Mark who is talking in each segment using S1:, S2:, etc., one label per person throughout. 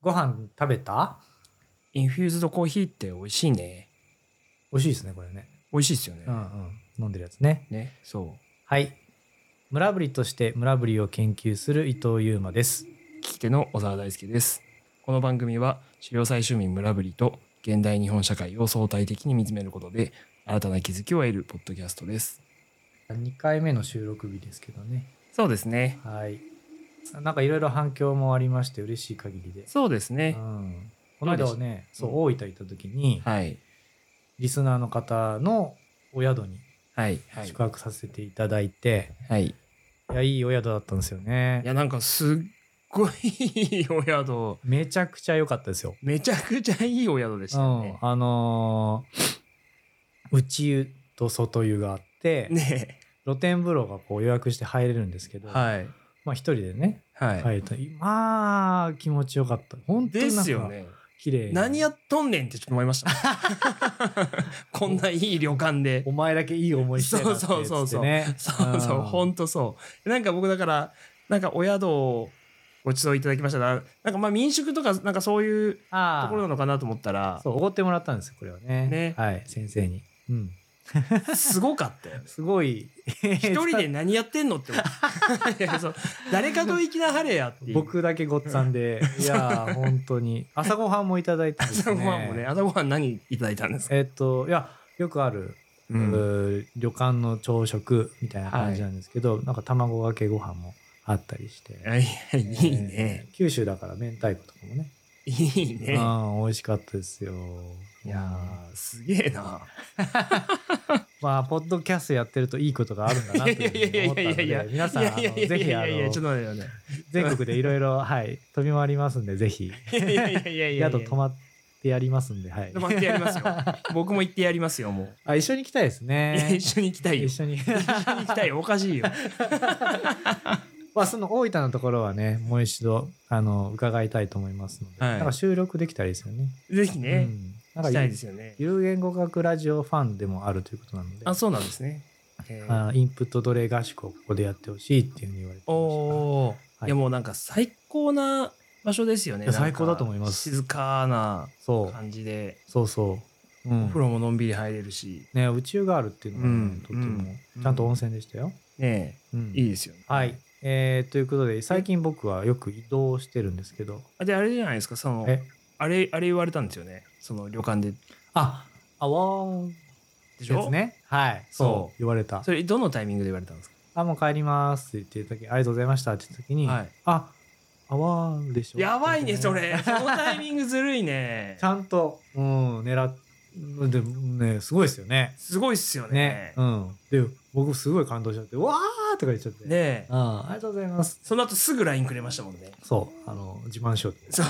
S1: ご飯食べた
S2: インフューズドコーヒーって美味しいね。
S1: 美味しいですね、これね。
S2: 美味しいですよね。
S1: うんうん。飲んでるやつね。
S2: ね、そ
S1: はい。村ぶりとして村ぶりを研究する伊藤優馬です。
S2: う。聞き手の小沢大輔です。この番組は、狩猟採集民村ぶりと現代日本社会を相対的に見つめることで、新たな気づきを得るポッドキャストです。
S1: 2回目の収録日ですけどね。
S2: そうですね。
S1: はい。なんかいろいろ反響もありまして嬉しい限りで。
S2: そうです
S1: う
S2: ね。
S1: ん。この間はね、そう、
S2: うん
S1: 大分行った時に、
S2: はい。
S1: リスナーの方のお宿に
S2: はい。はい。
S1: 宿泊させていただいて、
S2: はい。い
S1: い、や、いいお宿だったんですよね。
S2: や、なんかすっごいいいお宿。
S1: めちゃくちゃ良かったですよ。
S2: めちゃくちゃいいお宿でしたね。
S1: うん、あのー 内湯と外湯があって、
S2: ね
S1: 露天風呂がこう予約して入れるんですけど、
S2: はい。
S1: まあ一人でね、
S2: はい。
S1: 入ると、まあ気持ちよかった。本当に
S2: で
S1: なんか
S2: すよね。
S1: 綺麗に
S2: 何やっとんねんってちょっと思いました。こんないい旅館で。
S1: お前だけいい思いしてなって
S2: そうそうそうそう
S1: つってね。
S2: そうそう、
S1: ん
S2: ほんとそう。なんか僕だから、なんかお宿をごちそういただきましたがなんかまあ民宿とか、なんかそういうと
S1: あ
S2: ころなのかなと思ったら
S1: あ、そう、おごってもらったんですよ、これはね。
S2: ね
S1: はい、先生に。うん。。
S2: すごかったよね
S1: すごい。
S2: 一人で何やってんのって思ったいやそう誰かと行きなはれやってい う。
S1: 僕だけごっつぁんで、いやー、本当に。朝ごはんもいただいて、
S2: 朝ごはんもね、。朝ごはん何いただいたんですか、
S1: えっと、いや、よくある、う
S2: う、
S1: んー旅館の朝食みたいな感じなんですけど、なんか卵かけご飯もあったりして。
S2: いやいやいいね。
S1: えー九州だから明太子とかもね。
S2: いいね。
S1: うん、美味しかったですよ。い
S2: い
S1: や
S2: やーすげえな。
S1: まあ、ポッドキャストやってるといいことがあるんだなというふうに思ったので、皆さん、あの
S2: いやいやいやいや
S1: ぜひ、あ
S2: いやいやちょっ
S1: の、
S2: と待ってよね。
S1: 全国でいろい ろ、はい、飛び回りますんで、ぜひ、
S2: いやいやいやいやいや。
S1: 宿泊まってやりますんで、はい
S2: 泊。まってやりますよ。僕も行ってやりますよ、もう。
S1: あ、一緒に来たいです
S2: いや
S1: ね
S2: 一。緒に行きたいよ。
S1: 一
S2: 一
S1: 緒に。
S2: 緒に行きたいよ。おかしいよ。
S1: まあ、その大分のところはね、もう一度、あの、伺いたいと思いますので、
S2: はい
S1: なんか収録できたらいいですよね。
S2: ぜひ
S1: う
S2: ね、
S1: ん。なん
S2: 行
S1: か
S2: きたい
S1: ゆ
S2: ですよね。
S1: 有言語学ラジオファンでもあるということなので、
S2: あ、そうなんですね。えー
S1: あインプット奴隷合宿をここでやってほしいっていうふうに言われてまし
S2: おお
S1: は。い
S2: いや、もうなんか最高な場所ですよね。
S1: いや
S2: なんか
S1: 最高だと思います
S2: 静かな
S1: た。そう。
S2: 感じで、
S1: そうそう。う
S2: お風
S1: ん。
S2: 呂ものんびり入れるし、
S1: ね、宇宙があるっていうのがね、
S2: うん
S1: とっても、
S2: うん
S1: ちゃんと温泉でしたよ。
S2: ね
S1: うん
S2: えいいですよね。
S1: はい。。えーということで、最近僕はよく移動してるんですけど、
S2: あで、あれじゃないですか、その、
S1: え、
S2: あれ、あれ言われたんですよね。その旅館で。
S1: あ、あわーん
S2: でしょ
S1: ですね。はい。
S2: そう
S1: そう、言われた。
S2: それ、どのタイミングで言われたんですか
S1: あ、もう帰りますって言ってる時、ありがとうございましたって言った時に、
S2: はい
S1: あ、あわーんでしょ。
S2: やばいね、それ。 そのタイ
S1: ング。
S2: ミングずるいね
S1: ち。ゃんと、うん、狙っ、でね、すごいですよね。
S2: すごいっすよ
S1: ね
S2: ね。。
S1: うん。で、僕すごい感動しちゃって、わーとか言っちゃって。
S2: ねえ
S1: う。ん、ありがとうございます。
S2: その後すぐ LINE くれましたもんね。
S1: そう、あの、自慢しようって。
S2: そう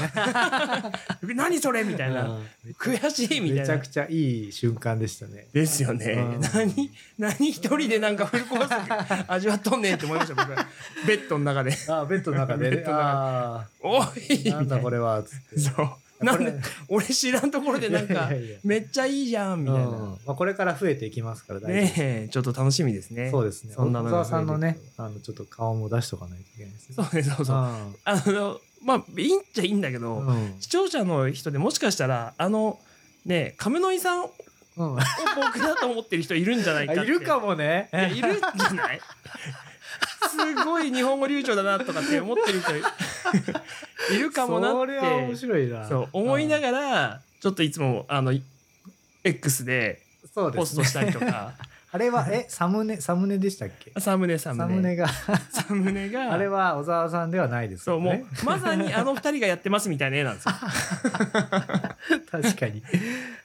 S2: 何それみたいな。
S1: うん
S2: 悔しいみたいな。
S1: めちゃくちゃいい瞬間でした ね。
S2: ですよ
S1: う
S2: ね
S1: ん。
S2: 何、何一人でなんかフルコース味わっとんねんって思いました、僕は。ベッドの中で。
S1: あ、ベッドの中で、
S2: ベ
S1: ね
S2: ッ。ドの中で
S1: あ
S2: おいみ
S1: ー
S2: た い
S1: なんだこれは、つって。
S2: そう。 なん
S1: こ
S2: で、俺知らんところ
S1: れ
S2: でなんか
S1: いや、いやいや
S2: めっちゃいいじゃん、みたい
S1: うん
S2: な。
S1: まあ、これから増えていきますから、大
S2: ね
S1: 丈
S2: え、ちょっと楽しみですね。
S1: 夫。そうですね。
S2: そ
S1: 小
S2: んなの
S1: 沢
S2: が
S1: さんの
S2: 増え
S1: ね
S2: てくる、
S1: あの、ちょっと顔も出しとかないといけないですね。
S2: そうね、そうそう。あの、まあ、いいっちゃいいんだけど、
S1: うん。うん
S2: 視聴者の人でもしかしたら、あの、ねえ、亀の井さんを
S1: うん。
S2: 僕だと思ってる人いるんじゃないかっ
S1: あ
S2: て。
S1: いるかもね。
S2: いやいるんじゃない すごい日本語流暢だなとかって思ってる人いい るかもな
S1: そ
S2: っ
S1: れは面
S2: て
S1: 白いな。
S2: そう思いな
S1: ら。
S2: がらちょっといつもあの X で
S1: そうで
S2: ポス
S1: す
S2: ト
S1: ね。
S2: したりと か、
S1: あれは、え、サムネ、サムネでしたっけ
S2: サムネサ
S1: サ
S2: ム
S1: ム
S2: ネ
S1: ネが、
S2: サムネが
S1: あれは小沢さんではないです
S2: そう
S1: よ
S2: も
S1: ね。
S2: うまさにあの二人がやってますみたいな絵なんですよ。
S1: 確かに。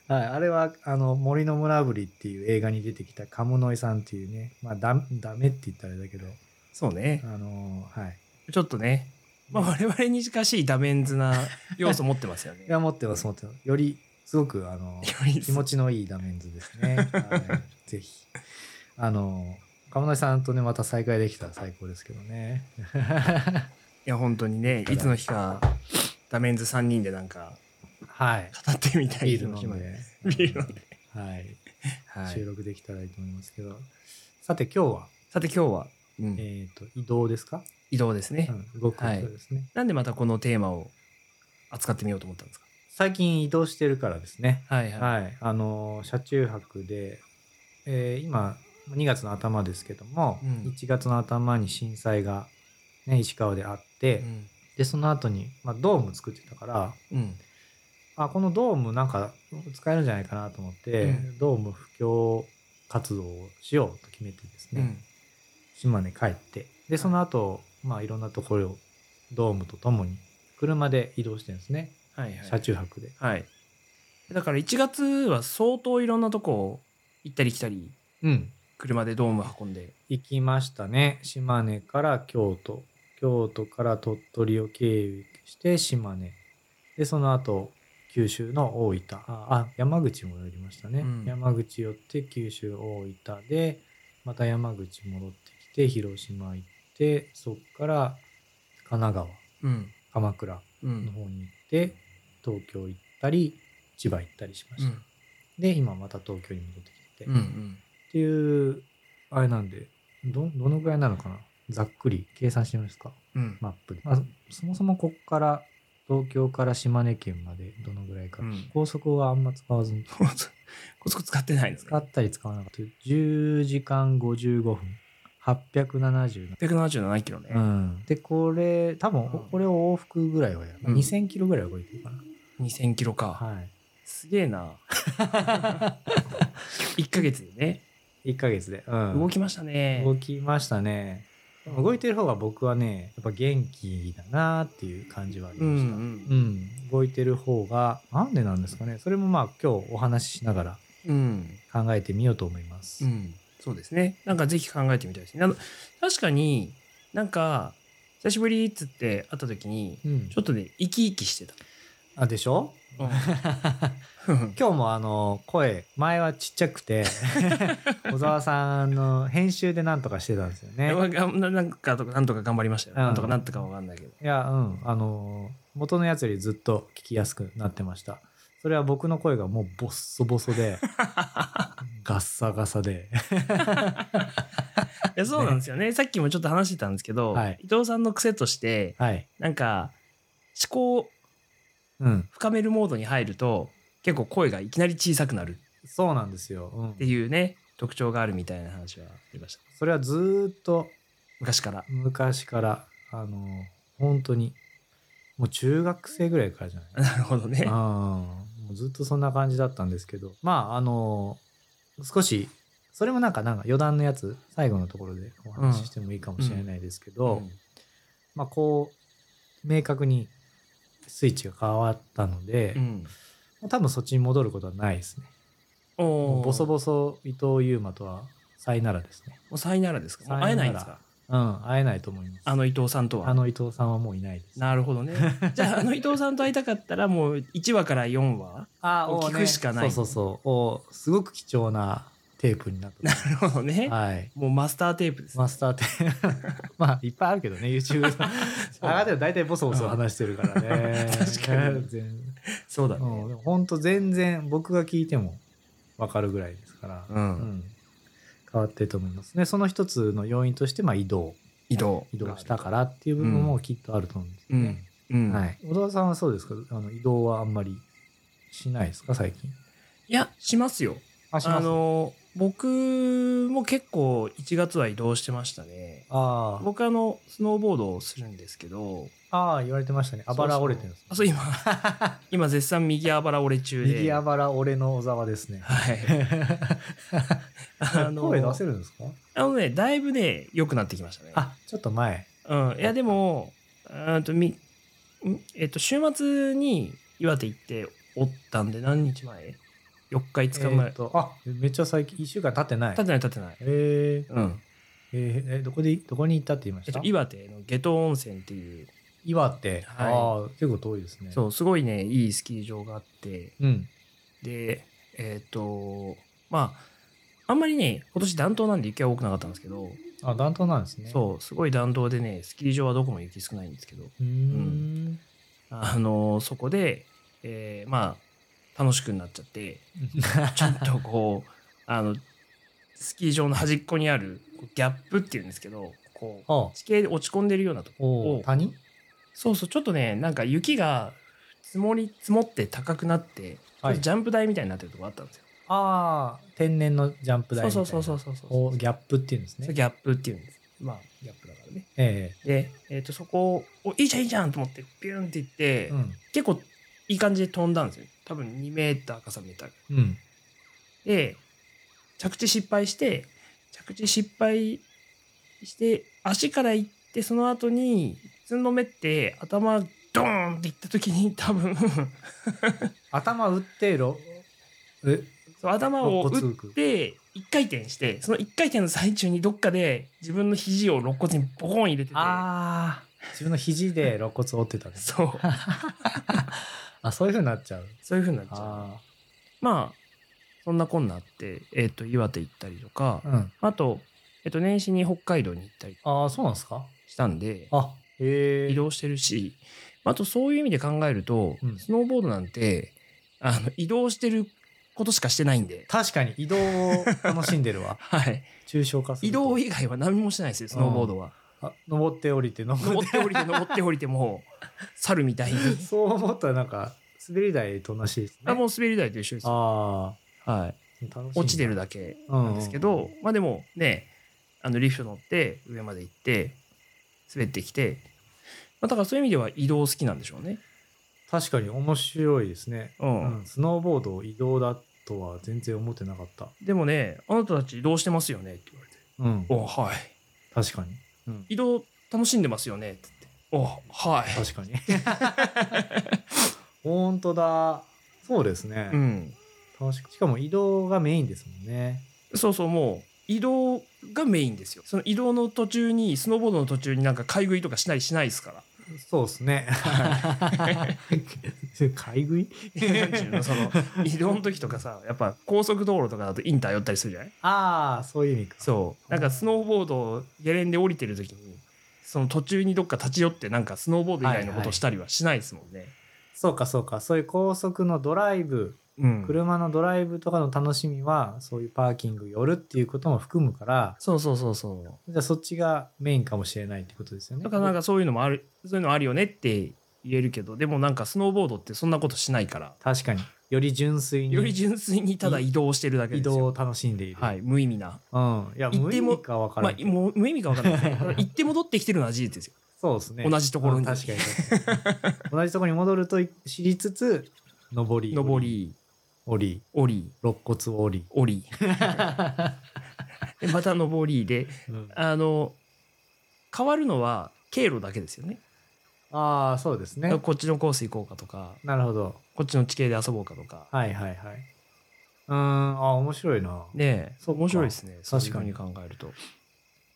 S1: はい、あれは、あの、森の村ぶりっていう映画に出てきたカムノイさんっていうね、まあ、だ、ダメって言ったらあれだけど、
S2: そうね
S1: あのーはい。
S2: ちょっとね、まあ、我々に近しいダメンズな要素持ってますよね。
S1: いや、持ってます、持ってます。より、すごく、あのー、気持
S2: ち
S1: ちのいいダメンズです ね。はい、ぜひ。あのー、カムノイさんとね、また再会できたら最高ですけどね。
S2: いや本当にねいつの日かダメンズ3人でなんか
S1: はい。
S2: 語ってみたい
S1: ビール飲んで。
S2: ビール飲んで。
S1: はい。
S2: は
S1: 収
S2: い、
S1: 録できたらいいと思いますけど。さて、今日は、
S2: さて今日は、うん
S1: えっ、と、移動ですか
S2: 移動ですね、
S1: うん動くことですね。
S2: なんでまたこのテーマを扱ってみようと思ったんですか
S1: 最近移動してるからですね。
S2: はいはい。
S1: はい。あの、車中泊で、えー今、2月の頭ですけども、
S2: うん
S1: 1月の頭に震災が、ね、石川であって、
S2: うん。
S1: で、その後に、まあ、ドーム作ってたから、
S2: うん。
S1: あ、このドームなんか使えるんじゃないかなと思って、
S2: うん
S1: ドーム布教活動をしようと決めてです
S2: う
S1: ね、
S2: ん。
S1: 島根帰って、で、その後、まあ、いろんなところをドームとともに車で移動してるんですね。
S2: はいはい。
S1: 車中泊で。
S2: はい。だから1月は相当いろんなとこ行ったり来たり、
S1: うん。
S2: 車でドーム運んで。
S1: 行きましたね。島根から京都。京都から鳥取を経由して島根。で、その後、九州の大分。あ、あ山口も寄りましたね。
S2: うん
S1: 山口寄って九州大分で、また山口戻ってきて、広島行って、そっから神奈川、
S2: うん。
S1: 鎌倉
S2: う
S1: の
S2: ん。
S1: 方に行って、東京行ったり、千葉行ったりしま
S2: う
S1: した。
S2: ん。
S1: で、今また東京に戻ってきて。
S2: うん。
S1: っていうあれなんでどどのぐらいなのかなざっくり計算してみますか
S2: うん。
S1: マップで、まあ、そもそもこっから東京から島根県までどのぐらいか、
S2: うん
S1: 高速はあんま使わずに
S2: コツコツコツ使ってないんです
S1: 使
S2: か
S1: ったり使わなかった10時間55分870
S2: ?177 キロね
S1: う。ん、でこれ多分
S2: うん
S1: これを往復ぐらいはやる、
S2: うん
S1: 2000キロぐらいは動いてるかな、
S2: 2000キロか。
S1: はい
S2: すげえな。1ヶ月でね。
S1: 1ヶ月で、うん
S2: 動きましたね。
S1: 動きましたねでも動いてる方が僕はねやっぱ元気だなっていう感じはあり
S2: う
S1: ました、
S2: ん
S1: うん、動いてる方が、なんでなんですかね。それもまあ今日お話ししながら
S2: うん。うん。
S1: 考えてみようと思います。
S2: うん、そうですね。なんかぜひ考えてみたいですね。あの確かになんか久しぶりっつって会った時に
S1: うん
S2: ちょっとね生き生きしてた。
S1: あ、でし ょ今日もあの、声、前はちっちゃく て、小沢さんの編集でなんとかしてたんですよね。
S2: わが ななんかとかなんとか頑張りましたよ。
S1: うん
S2: なんとかなんとかわか んないけど。
S1: いや、うん、あの、元のやつよりずっと聞きやすくなってました。それは僕の声がもうボッソボソで、ガッサガサ で。
S2: いやそうなんですよね。さっきもちょっと話してたんですけど、
S1: はい
S2: 伊藤さんの癖として
S1: はい。
S2: なんか思考を
S1: うん。
S2: 深めるモードに入ると結構声がいきなり小さくなる
S1: そうなんですよ。う
S2: って
S1: ん。
S2: いうね特徴があるみたいな話はありました。
S1: それはずーっと
S2: 昔から。
S1: 昔からあの本当にもう中学生ぐらいからじゃない
S2: なるほどね。
S1: あーもうずっとそんな感じだったんですけどまああの少しそれもなんかなんか余談のやつ最後のところでお話ししてもいいかもしれないですけど、
S2: うん
S1: まあこう明確にスイッチが変わったので、
S2: うん
S1: もう多分そっちに戻ることはないですね。も
S2: お
S1: うボソボソ伊藤優馬とはさいならですね。
S2: もうさいならですかもう会えないんですか
S1: うん、会えないと思います。
S2: あの伊藤さんとは。
S1: あの伊藤さんはもういないです。
S2: なるほ どね。じゃあ、あの伊藤さんと会いたかったら、もう1話から4話。
S1: あ
S2: を
S1: お
S2: 聞くしかない
S1: そうそうそう。おすごく貴重なテープになってま
S2: な
S1: す
S2: るほど ね。
S1: はい。
S2: もうマスターテープですね。
S1: マスターテープ。 まあ、いっぱいあるけどね、YouTube の。上がってる大体ボソボソ話してるからね。
S2: 確かに
S1: 全然。
S2: そうだ
S1: うん、
S2: ね。
S1: でも本当全然僕が聞いてもわかるぐらいですから、
S2: う
S1: うん
S2: ん。
S1: 変わってると思いますね。その一つの要因として、まあ、移動。
S2: 移動。
S1: 移動したからっていう部分もきっとあると思うんです
S2: う
S1: よ
S2: ん
S1: ね。。
S2: うん。。
S1: はいい。小田さんはそうですかあの移動はあんまりしないですか最近。
S2: や、しますよ。
S1: あ、しま
S2: あ
S1: す
S2: の、僕も結構1月は移動してましたね。
S1: あー
S2: 僕あの、スノーボードをするんですけど。
S1: あー言われてましたねあばら折れてるんですね
S2: あ、そう、今。 今絶賛右あばら折れ中で。
S1: 右あばら折れの小沢ですね
S2: はい。あの
S1: 声出せるんですか
S2: あのね、だいぶね、良くなってきましたね。
S1: あちょっと前
S2: うん。いや、でも、うーんと、み、んえっと、週末に岩手行っておったんで、何日前 ?4 日、5日前。
S1: えーとあめっちゃ最近1週間経ってない
S2: 経ってない、経ってない。
S1: えー
S2: うん。
S1: えーえーどこでどこに行ったって言いま
S2: え
S1: し
S2: っと
S1: た、、
S2: 岩手の下戸温泉っていう、
S1: 岩手、
S2: はい
S1: ああ結構遠いですね
S2: そう、すごいね、いいスキー場があって、
S1: う、ん、
S2: で、えっと、まあ、あんまりね、今年暖冬なんで雪は多くなかったんですけど、
S1: あ暖冬なんですねう
S2: そう、すごい暖冬でね、スキー場はどこも雪少ないんですけど、
S1: うーん
S2: あのそこで、えーまあ楽しくなっち ゃってちょっとこうあのスキー場の端っこにあるこうギャップっていうんですけどこう
S1: あ
S2: 地形で落ち込んでるようなとこ
S1: お
S2: を
S1: お谷
S2: そうそうちょっとねなんか雪が積もり積もって高くなって、
S1: はい
S2: ジャンプ台みたいになってるとこあったんですよ。
S1: ああ、天然のジャンプ台みたいな。
S2: そうそうそうそうそう
S1: おギャップっていうんです
S2: それ
S1: ね。
S2: ギャップっていうんです。まあギャップだからね。
S1: え
S2: で、えー、とそこをおいいじゃんいいじゃんと思ってピューンっていって、
S1: えうん。
S2: 結構いい感じで飛んだんですよ。多分2メーターか3メーター。
S1: うん。
S2: で着地失敗して着地失敗して足から行ってその後につんのめって頭ドーンっていった時に多分
S1: 頭打ってろ、え、
S2: そう頭を
S1: 肋
S2: 打
S1: 骨
S2: っ
S1: 浮く
S2: て一回転してその一回転の最中にどっかで自分の肘を肋骨にボコン入れてて
S1: ああ、自分の肘で肋骨折ってたね。
S2: そう
S1: あ、そういう風になっちゃう。
S2: そういう風になっちゃう
S1: あ
S2: まあそんなこんなあって、えー、と岩手行ったりとか
S1: あ、うん。
S2: あと,、えー、と年始に北海道に行ったり
S1: ああ、そうなんですか
S2: したんで
S1: あ、へえ。
S2: 移動してるし、あとそういう意味で考えると、
S1: うん
S2: スノーボードなんてあの移動してることしかしてないんで、。
S1: 確かに移動を楽しんでるわ
S2: はい、
S1: 抽象化する
S2: 移
S1: と。
S2: 動以外は何もしてないですよスノーボードは。
S1: あ登って降りて、登って。
S2: 登って降り て登って降りてもう猿みたいに
S1: そう思ったらなんか、滑り台と同じですね。
S2: あもう滑り台と一緒ですよ、
S1: あ
S2: は
S1: あ、
S2: い、
S1: 楽しいんだ
S2: 落ちてるだけなんですけ
S1: うんうん
S2: ど、まあでもねあのリフト乗って上まで行って滑ってきて、まあ、だからそういう意味では移動好きなんでしょうね。
S1: 確かに面白いですね。
S2: うん
S1: うん、スノーボードを移動だとは全然思ってなかった。
S2: でもねあなたたち移動してますよねって言われて
S1: うん
S2: 「おはい」
S1: 確かに。うん
S2: 移動楽しんでますよねって言って「おはい」
S1: 確かに。 本当だ。そうですね。
S2: うん、
S1: 確かしかも移動がメインですもんね。
S2: そうそうもう移動がメインですよその移動の途中にスノーボードの途中になんか買い食いとかしないしないです から
S1: そうですね。買い 食い
S2: なんていうのその移動の時とかさやっぱ高速道路とかだとインター寄ったりするじゃない
S1: ああ、そういう意味か。
S2: そうなんかスノーボードをゲレンで降りてる時にその途中にどっか立ち寄ってなんかスノーボード以外のことをしたりはしないですもんね、
S1: そうか、そうか。そういう高速のドライブ、
S2: うん
S1: 車のドライブとかの楽しみは、そういうパーキング寄るっていうことも含むから、
S2: そうそうそうそう
S1: じゃあそっちがメインかもしれないってことですよね。
S2: だからなんかそういうのもあるそういうのあるよねって言えるけどでもなんかスノーボードってそんなことしないから
S1: 確かに。より純粋に
S2: より純粋にただ移動してるだけで
S1: 移
S2: すよ
S1: 動を楽しんでいる。
S2: はい無意味な、
S1: うん。いや、
S2: 行
S1: 無
S2: っ
S1: 意
S2: ても
S1: 味かわから
S2: ま
S1: な
S2: あ
S1: い、
S2: もう無意味か分かん ないですけど行って戻ってきてるのは事実ですよ
S1: そうですね。
S2: 同じところに
S1: うん確かに確かに同じところに戻ると知りつつ、上り、
S2: 上、り
S1: 降り、
S2: 降り
S1: 肋骨を降 り。
S2: 降りでまた上りで
S1: うん
S2: あの変わるのは経路だけですよね
S1: ああ、そうですね。
S2: こっちのコース行こうかとか
S1: なるほど。
S2: こっちの地形で遊ぼうかとか
S1: はいはいはい。うーん、あ面白いな。
S2: ねえ
S1: そっか
S2: 面白いですねそういう
S1: 確かに
S2: ふうに考えると
S1: や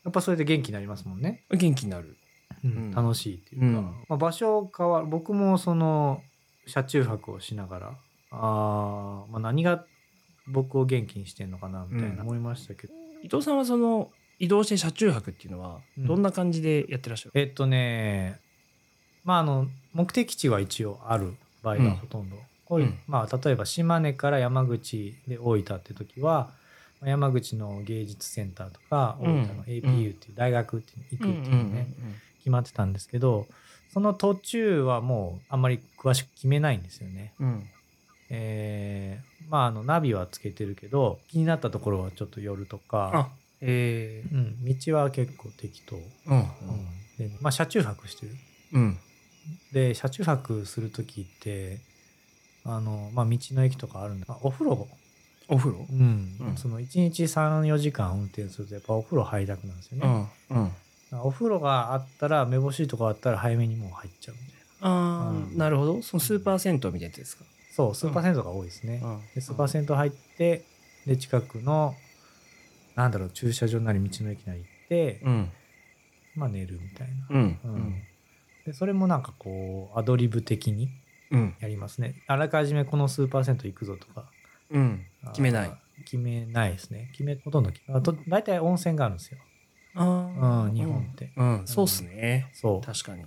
S1: っぱそれで元気になりますもんね。
S2: 元気になるうん
S1: 楽しいっていうか。
S2: うん
S1: まあ、場所を変わる。僕もその、車中泊をしながら、あーまあ、何が僕を元気にしてんのかなみたい
S2: うん
S1: な思いましたけど。
S2: 伊藤さんはその移動して車中泊っていうのは
S1: うん
S2: どんな感じでやってらっしゃる、
S1: えっとね、まああの、目的地は一応ある場合がほとんど。こういう
S2: うん
S1: まあ例えば島根から山口で大分って時は、まあ山口の芸術センターとか、大
S2: うん
S1: 分の APU っていう大学っていうのに行くっていうのね、
S2: うん
S1: 決まってたんですけど、その途中はもうあんまり詳しく決めないんですよね。
S2: うんうん
S1: えーまああのナビはつけてるけど、気になったところはちょっと寄るとか、
S2: あえ
S1: うん、道は結構適当。
S2: ー、うん
S1: でまあ車中泊してる。
S2: うん
S1: で車中泊する時ってあの、まあ、道の駅とかあるんで、まあ、お風呂、
S2: お風呂
S1: うん
S2: うん
S1: その1日34時間運転するとやっぱお風呂入りたくなるんですよね、だか
S2: うんうん
S1: らお風呂があったら目星とかあったら早めにもう入っちゃうみたいな
S2: あー
S1: うん
S2: なるほどそのスーパー銭湯みたいなやつですか、
S1: そうスーパー銭湯が多いですね、
S2: うん
S1: でスーパー銭湯入ってで近くのなんだろう駐車場なり道の駅なり行って、
S2: うん
S1: まあ寝るみたいな、
S2: うんう
S1: うん
S2: ん
S1: でそれもなんかこうアドリブ的に
S2: うん
S1: やりますねあらかじめこのスーパー銭湯行くぞとか
S2: うん決めない
S1: あー。決めないですね。決め、ほとんど決めあと、大体温泉があるんですよ。
S2: あー
S1: うん日本って
S2: うん、うんそうっすね
S1: そう。
S2: 確かに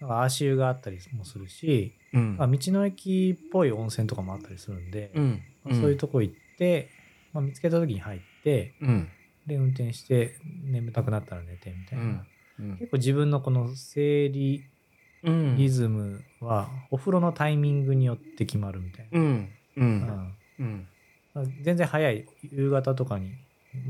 S1: だから足湯があったりもするし、
S2: うん
S1: まあ、道の駅っぽい温泉とかもあったりするんで、
S2: うん
S1: まあそういうとこ行って、まあ、見つけた時に入って、
S2: うん
S1: で、運転して、眠たくなったら寝てみた
S2: う
S1: いな。
S2: んうん
S1: 結構自分のこの生理
S2: うん
S1: リズムはお風呂のタイミングによって決まるみたい
S2: うんう
S1: な。
S2: んうん
S1: うん全然早い夕方とかに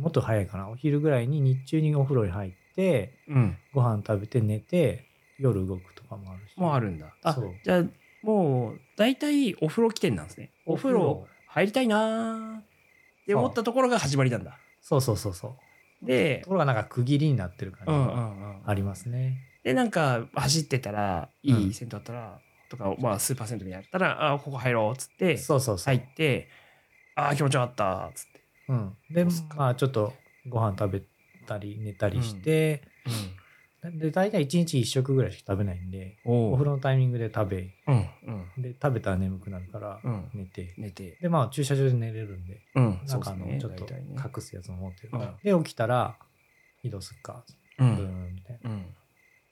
S1: もっと早いかなお昼ぐらいに日中にお風呂に入って
S2: うん
S1: ご飯食べて寝て夜動くとかもあるし
S2: もうあるんだあ
S1: そう
S2: じゃあもう大体お風呂起点なんですねお風呂入りたいなーって思ったところが始まりなんだ
S1: そうそうそうそう
S2: で
S1: ところがなんか区切りになってる感じ
S2: うんう
S1: が
S2: んうん
S1: ありますね、
S2: でなんか走ってたらいうい
S1: ん
S2: 銭湯だったらとかまあスーパー銭湯みたいなのやったらあここ入ろうっつって
S1: そうそうそう、
S2: 入ってあー気持ちよかったっつって
S1: うん、で
S2: どうっすか
S1: まあちょっとご飯食べたり寝たりして、で大体1日1食ぐらいしか食べないんで
S2: お
S1: お風呂のタイミングで食べ
S2: うんうん
S1: で食べたら眠くなるから
S2: うん
S1: 寝て、
S2: 寝て
S1: でまあ駐車場で寝れるんで
S2: うん
S1: な
S2: そ
S1: んか
S2: うです
S1: あの、
S2: ね
S1: ちょっと
S2: 大体ね
S1: 隠すやつも持ってるから
S2: う、
S1: で起きたら移動すっかブ
S2: う
S1: ー
S2: ん
S1: ンみたいな
S2: うん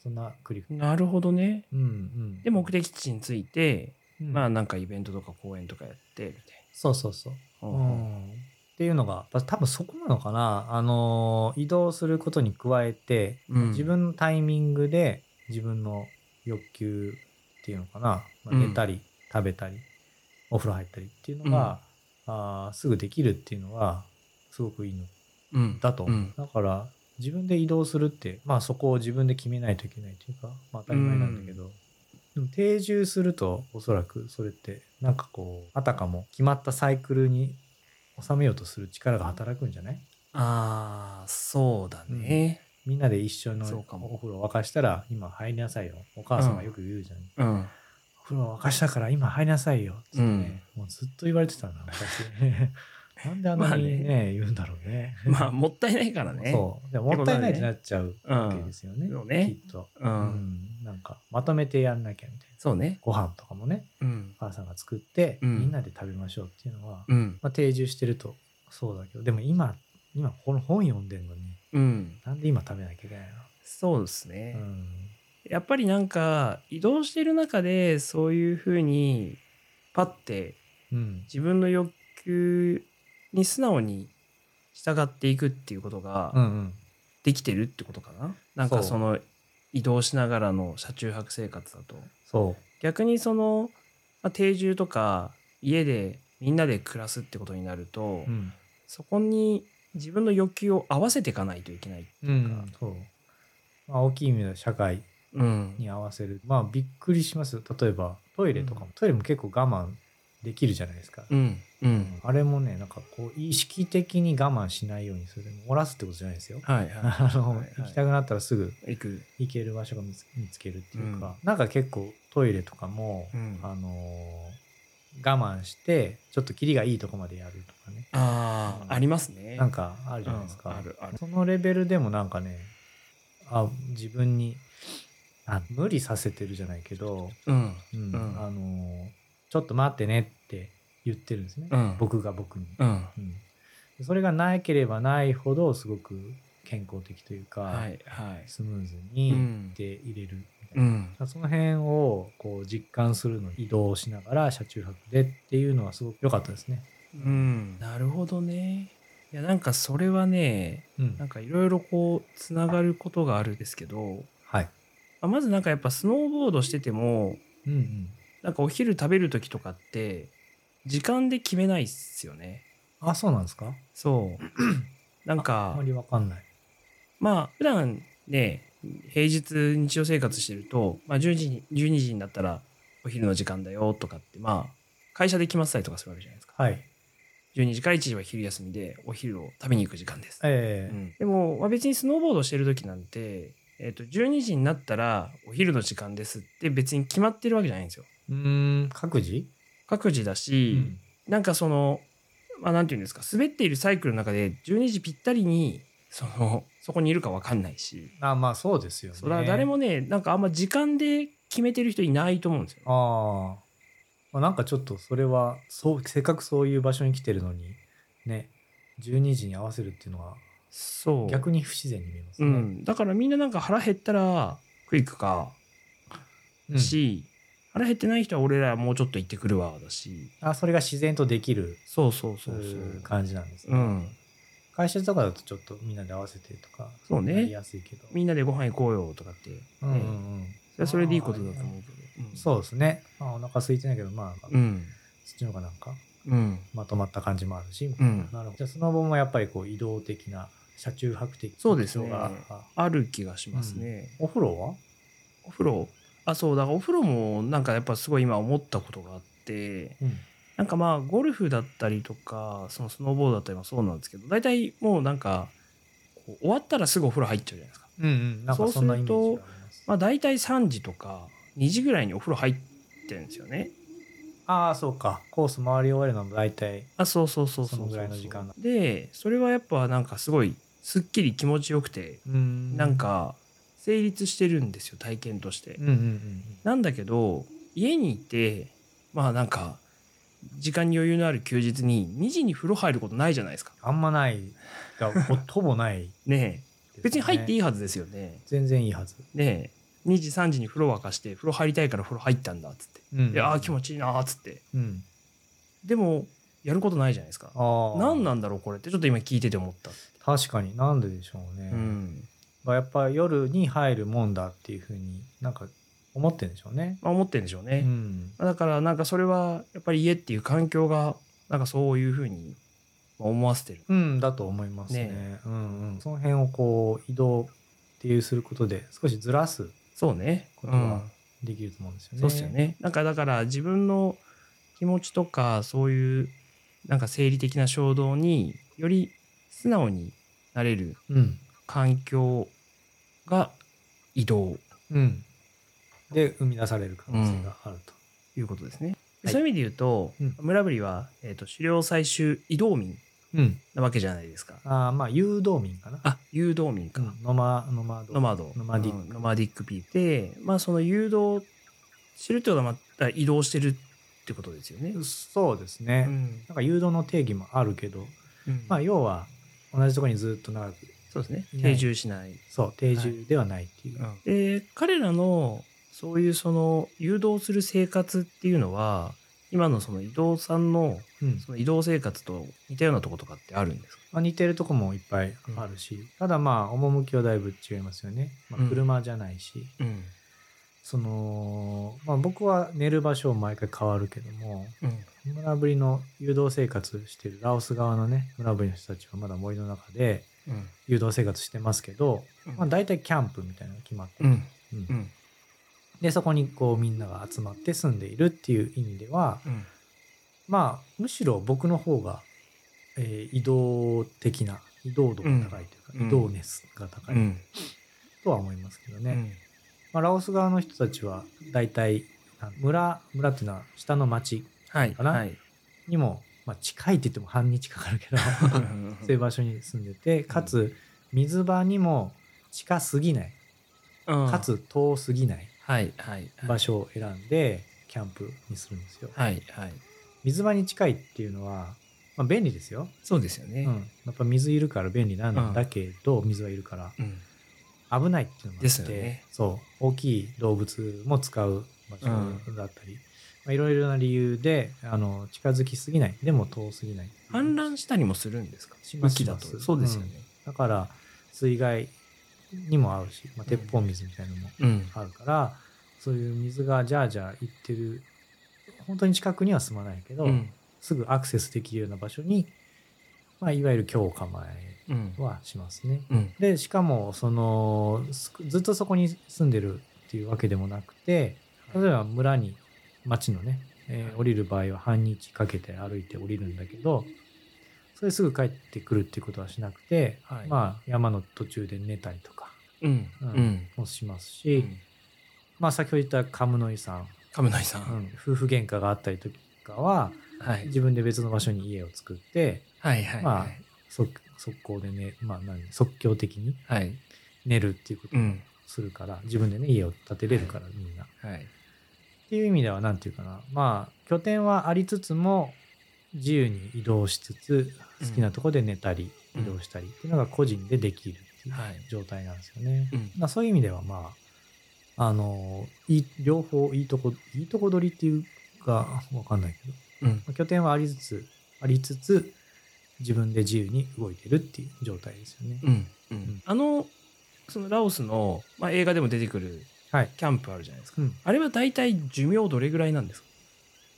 S1: そんな繰り返し
S2: なるほどね
S1: うんうん
S2: で目的地に着いて
S1: うん
S2: まあなんかイベントとか公演とかやってみたい
S1: そうそうそう
S2: な
S1: う
S2: うん
S1: んっていうのがまあ多分そこなのかなあのー移動することに加えて、
S2: うん
S1: 自分のタイミングで自分の欲求っていうのかな、まあ
S2: うん
S1: 寝たり食べたりお風呂入ったりっていうのが、あーすぐできるっていうのはすごくいいの
S2: うん
S1: だと、
S2: うん
S1: だから自分で移動するってまあそこを自分で決めないといけないというか、まあ、当たり前なんだけど、でも定住するとおそらくそれってなんかこうあたかも決まったサイクルに収めようとする力が働くんじゃない
S2: ああそうだね
S1: みんなで一緒の
S2: そうかも
S1: お風呂沸かしたら今入りなさいよお母さんがよく言うじゃん、
S2: うん
S1: お風呂沸かしたから今入りなさいよつってね、もうずっと言われてたな昔 なんであんなにね,、
S2: ま
S1: 言うんだろうね
S2: まあもったいないからね
S1: そうでももったいないってなっちゃう
S2: う
S1: わけ
S2: ん
S1: ですよね,、
S2: そうね
S1: きっと、
S2: う
S1: うんん、なんかまとめてやんなきゃみたいな
S2: そうね
S1: ご飯とかもね
S2: うん
S1: お母さんが作って、
S2: うん
S1: みんなで食べましょうっていうのは、
S2: うん
S1: まあ、定住してるとそうだけどでも今今この本読んでんのに
S2: うん
S1: なんで今食べなきゃいけない
S2: そうですね
S1: の、うん、
S2: やっぱりなんか移動してる中でそういうふうにパッて
S1: うん、
S2: 自分の欲求に素直に従っていくっていうこと
S1: うんう
S2: が
S1: ん
S2: できてるってことかな、なんか
S1: そう
S2: その移動しながらの車中泊生活だと
S1: そ
S2: 逆にその、まあ定住とか家でみんなで暮らすってことになると、
S1: う、うん
S2: そこに自分の欲求を合わせていかないといけない、
S1: うん、そう、まあ、大きい意味では社会
S2: うん
S1: に合わせるまあびっくりしますよ例えばトイレとかも、トイレも結構我慢できるじゃないですか、
S2: うんうん、
S1: あれもねなんかこう意識的に我慢しないようにする漏らすってことじゃないですよ
S2: はいは
S1: あの、
S2: はいはい
S1: 行きたくなったらすぐ
S2: い行く、
S1: 行ける場所が見つ見つけるっていうか、なんか結構トイレとかも、
S2: うん
S1: あのー我慢してちょっとキリがいいとこまでやるとかね
S2: ああ、ありますね
S1: なんかあるじゃないですか、
S2: うんあるある
S1: そのレベルでもなんかねあ自分にあ無理させてるじゃないけど、
S2: うん
S1: うん
S2: うん
S1: あのーちょっと待ってねって言ってるんですね、
S2: うん
S1: 僕が僕に、
S2: うん
S1: うん、それがなければないほどすごく健康的というか、
S2: はいはい
S1: スムーズ
S2: う
S1: に
S2: ん
S1: で入れるみたいな、
S2: うん
S1: その辺をこう実感するのに移動しながら車中泊でっていうのはすごく良かったですね。
S2: うんなるほどねいやなんかそれはね
S1: うん
S2: なんかいろいろこうつながることがあるんですけど
S1: はい。
S2: あまずなんかやっぱスノーボードしてても
S1: うんうん。
S2: なんかお昼食べる時とかって時間で決めないっすよね
S1: あ、そうなんですか
S2: そうなん
S1: あん
S2: か
S1: まりわかんない。
S2: まあ普段ね平日日常生活してると、まあ、10時に12時になったらお昼の時間だよとかってまあ会社で決まってたりとかするわけじゃないですか
S1: はい。
S2: 12時から1時は昼休みでお昼を食べに行く時間です、
S1: え
S2: うんでも、まあ、別にスノーボードしてる時なんて、えっと12時になったらお昼の時間ですって別に決まってるわけじゃないんですよ
S1: えうん、各自、
S2: 各自だ
S1: う
S2: し、
S1: ん、
S2: なんかそのまあなんていうんですか滑っているサイクルの中で12時ぴったりにそのそこにいるか分かんないし
S1: あ、まあそうですよね。
S2: それは誰。もねなんかあんま時間で決めてる人いないと思うんですよ。
S1: ああ。まあ、なんかちょっとそれはそう、せっかくそういう場所に来てるのに、ね、12時に合わせるっていうのは
S2: そう
S1: 逆に不自然に見えます
S2: う
S1: ね。
S2: ん、だからみんななんか腹減ったら食い行くか
S1: うん
S2: し、腹減ってない人は俺らもうちょっと行ってくるわだし
S1: あ、それが自然とできる
S2: そうそうそうそう
S1: う感じなんです
S2: う
S1: ね。
S2: ん
S1: 会社とかだとちょっとみんなで合わせてとか
S2: そうね
S1: やりやすいけど
S2: みんなでご飯行こうよとかって、ね
S1: うんうんうん
S2: それはそれでいいことだと思うけど。うん、
S1: そうですね。まあ、お腹空いてないけど、まあ、
S2: うん。
S1: そっちの方がなんか
S2: うん。
S1: まとまった感じもあるし、
S2: うん。
S1: なるほど。じゃあ、スノボもやっぱりこう移動的な、車中泊的な
S2: そうですね
S1: 特徴があるか
S2: ある気がしますね。
S1: お風呂は
S2: お風呂。あ、そう、だからお風呂もなんかやっぱすごい今思ったことがあって、
S1: うん。
S2: なんかまあゴルフだったりとか、そのスノーボードだったりもそうなんですけど、大体もうなんか、こう終わったらすぐお風呂入っちゃうじゃないですか。
S1: うんうん。なんかそんなイメージがあります。
S2: まあ大体3時とか2時ぐらいにお風呂入ってるんですよね。
S1: ああ、そうか。コース回り終えるのも大体。
S2: あそうそうそうそう
S1: そのぐらいの時間だ
S2: でそれはやっぱなんかすごいすっきり気持ちよくて、
S1: うん
S2: なん、か成立してるんですよ体験として、
S1: うんうんうん。
S2: なんだけど家にいてまあなんか時間に余裕のある休日に2時に風呂入ることないじゃないですか
S1: あんまないが、ほほぼないです
S2: ね
S1: ね、
S2: え別に入ってい
S1: い
S2: いはずですよね
S1: 全然いいはず。
S2: ねえ2時3時に風呂沸かして風呂入りたいから風呂入ったんだっつって、
S1: うん
S2: でああ気持ちいいなーっつって
S1: うん。
S2: でもやることないじゃないですか
S1: ああ。
S2: 何なんだろうこれってちょっと今聞いてて思った、
S1: 確かになんででしょうね。
S2: うん
S1: がやっぱ夜に入るもんだっていうふうになんか思ってるんでしょうね。
S2: まあ、思ってるんでしょう
S1: う
S2: ね、
S1: ん。
S2: だからなんかそれはやっぱり家っていう環境がなんかそういうふうに思わせてる
S1: うんだと思いますね。
S2: ね
S1: うんうん。その辺をこう移動っていうすることで少しずらす
S2: そうね
S1: こ
S2: う
S1: とは
S2: ん、
S1: できると思うんですよね。
S2: そうっすよ。ねなんかだから自分の気持ちとかそういうなんか生理的な衝動により素直になれる
S1: うん。
S2: 環境が移動
S1: うん。で生み出される可能性があると。
S2: ということですね、
S1: はい
S2: そういう意味で言うと、
S1: うん
S2: 村ぶりは、えー、と狩猟採集移動民
S1: うん。
S2: なわけじゃないですか
S1: ああまあ誘導民かな。
S2: あ誘導民か、
S1: ノマノマド。
S2: ノマド。
S1: ノマディック
S2: うんノマディックピープで、まあその誘導してるってことは、また移動してるってことですよね。
S1: そうですね。
S2: うん
S1: なんか誘導の定義もあるけど、ま
S2: まあ
S1: あ、要は同じところにずっと長く
S2: そうですね。
S1: いない
S2: 定住しない。
S1: そう定住ではないっていう、
S2: で、彼らのそういうその誘導する生活っていうのは、今のその移動さんの
S1: うん
S2: その移動生活と似たようなとことかってあるんですか
S1: まあ、似てるとこもいっぱいあるし、ただまあ趣はだいぶ違いますよね、ま
S2: う
S1: あ、
S2: ん
S1: 車じゃないし、
S2: うん。
S1: その、まあ、僕は寝る場所を毎回変わるけども村ぶりの誘導生活してるラオス側のね村ぶりの人たちはまだ森の中で
S2: うん。
S1: 誘導生活してますけど、まあ、大体キャンプみたいなのが決まってる、
S2: うん。
S1: うん
S2: うん。
S1: でそこにこうみんなが集まって住んでいるっていう意味では、
S2: うん。
S1: まあむしろ僕の方が、えー移動的な移動度が高いというか、
S2: うん
S1: 移動熱が高い
S2: うん。
S1: とは思いますけどね、
S2: うん。
S1: まあ、ラオス側の人たちは大体あ村村っていうのは下の町
S2: はい。
S1: かな
S2: はい。
S1: にも、まあ、近いって言っても半日かかるけ どそういう場所に住んでてかつ水場にも近すぎない
S2: うん
S1: か、つ遠すぎない
S2: はい。はい。はい
S1: 場。所を選んでキャンプにするんですよ。
S2: はい。はい。
S1: 水場に近いっていうのは、まあ、便利ですよ。
S2: そうですよね。
S1: うん、やっぱ水いるから便利なんだけど、水はいるから
S2: うん
S1: 危ないっていうのもあって
S2: ですよね
S1: そう大きい動物も使う場所だったり、まあ、いろいろな理由であの近づきすぎないでも遠すぎない
S2: 氾濫したりもするんですか
S1: します
S2: 雨季だ
S1: しま
S2: と。
S1: す
S2: そうですよね。
S1: だから水害にも合うし、まあ、鉄砲水みたいなのも
S2: うん。
S1: あるから、そういう水がジャージャー行ってる本当に近くには住まないけど、
S2: うん。
S1: すぐアクセスできるような場所に、まあ、いわゆる強化前
S2: うん。
S1: はしますね。
S2: うん。
S1: でしかもそのすずっとそこに住んでるっていうわけでもなくて例えば村に町のね、えー降りる場合は半日かけて歩いて降りるんだけどそれすぐ帰ってくるっていうことはしなくて、
S2: はい
S1: まあ山の途中で寝たりとか
S2: うん。
S1: う
S2: うんん。
S1: もします
S2: う
S1: し、
S2: ん。
S1: まあ先ほど言ったカムノイさん、
S2: 亀内さ。
S1: うんん夫婦喧嘩があったりとかは
S2: はい。
S1: 自分で別の場所に家を作って
S2: はい。はい。
S1: まあ
S2: はい
S1: 即即行でね、まあ、何即興的に
S2: はい。
S1: 寝るっていうこと
S2: う
S1: を
S2: ん。
S1: するから自分でね家を建てれるからみんな。っ
S2: はい。
S1: ていう意味では何て言うかなまあ拠点はありつつも自由に移動しつつ
S2: うん
S1: 好きなとこで寝たり
S2: うん
S1: 移動したりっていうのが個人でできるっていう
S2: はい
S1: 状態なんですよね。
S2: うん。
S1: まあ、そういう意味ではまああのいい両方いいとこいいとこ取りっていうかわかんないけど、
S2: うん。
S1: まあ拠点はありつつありつつ自分で自由に動いてるっていう状態ですよね。
S2: うん。うんあの、そのラオスの、まあ、映画でも出てくる、
S1: はい。
S2: キャンプあるじゃないですか。
S1: うん。
S2: あれは大体寿命どれぐらいなんですか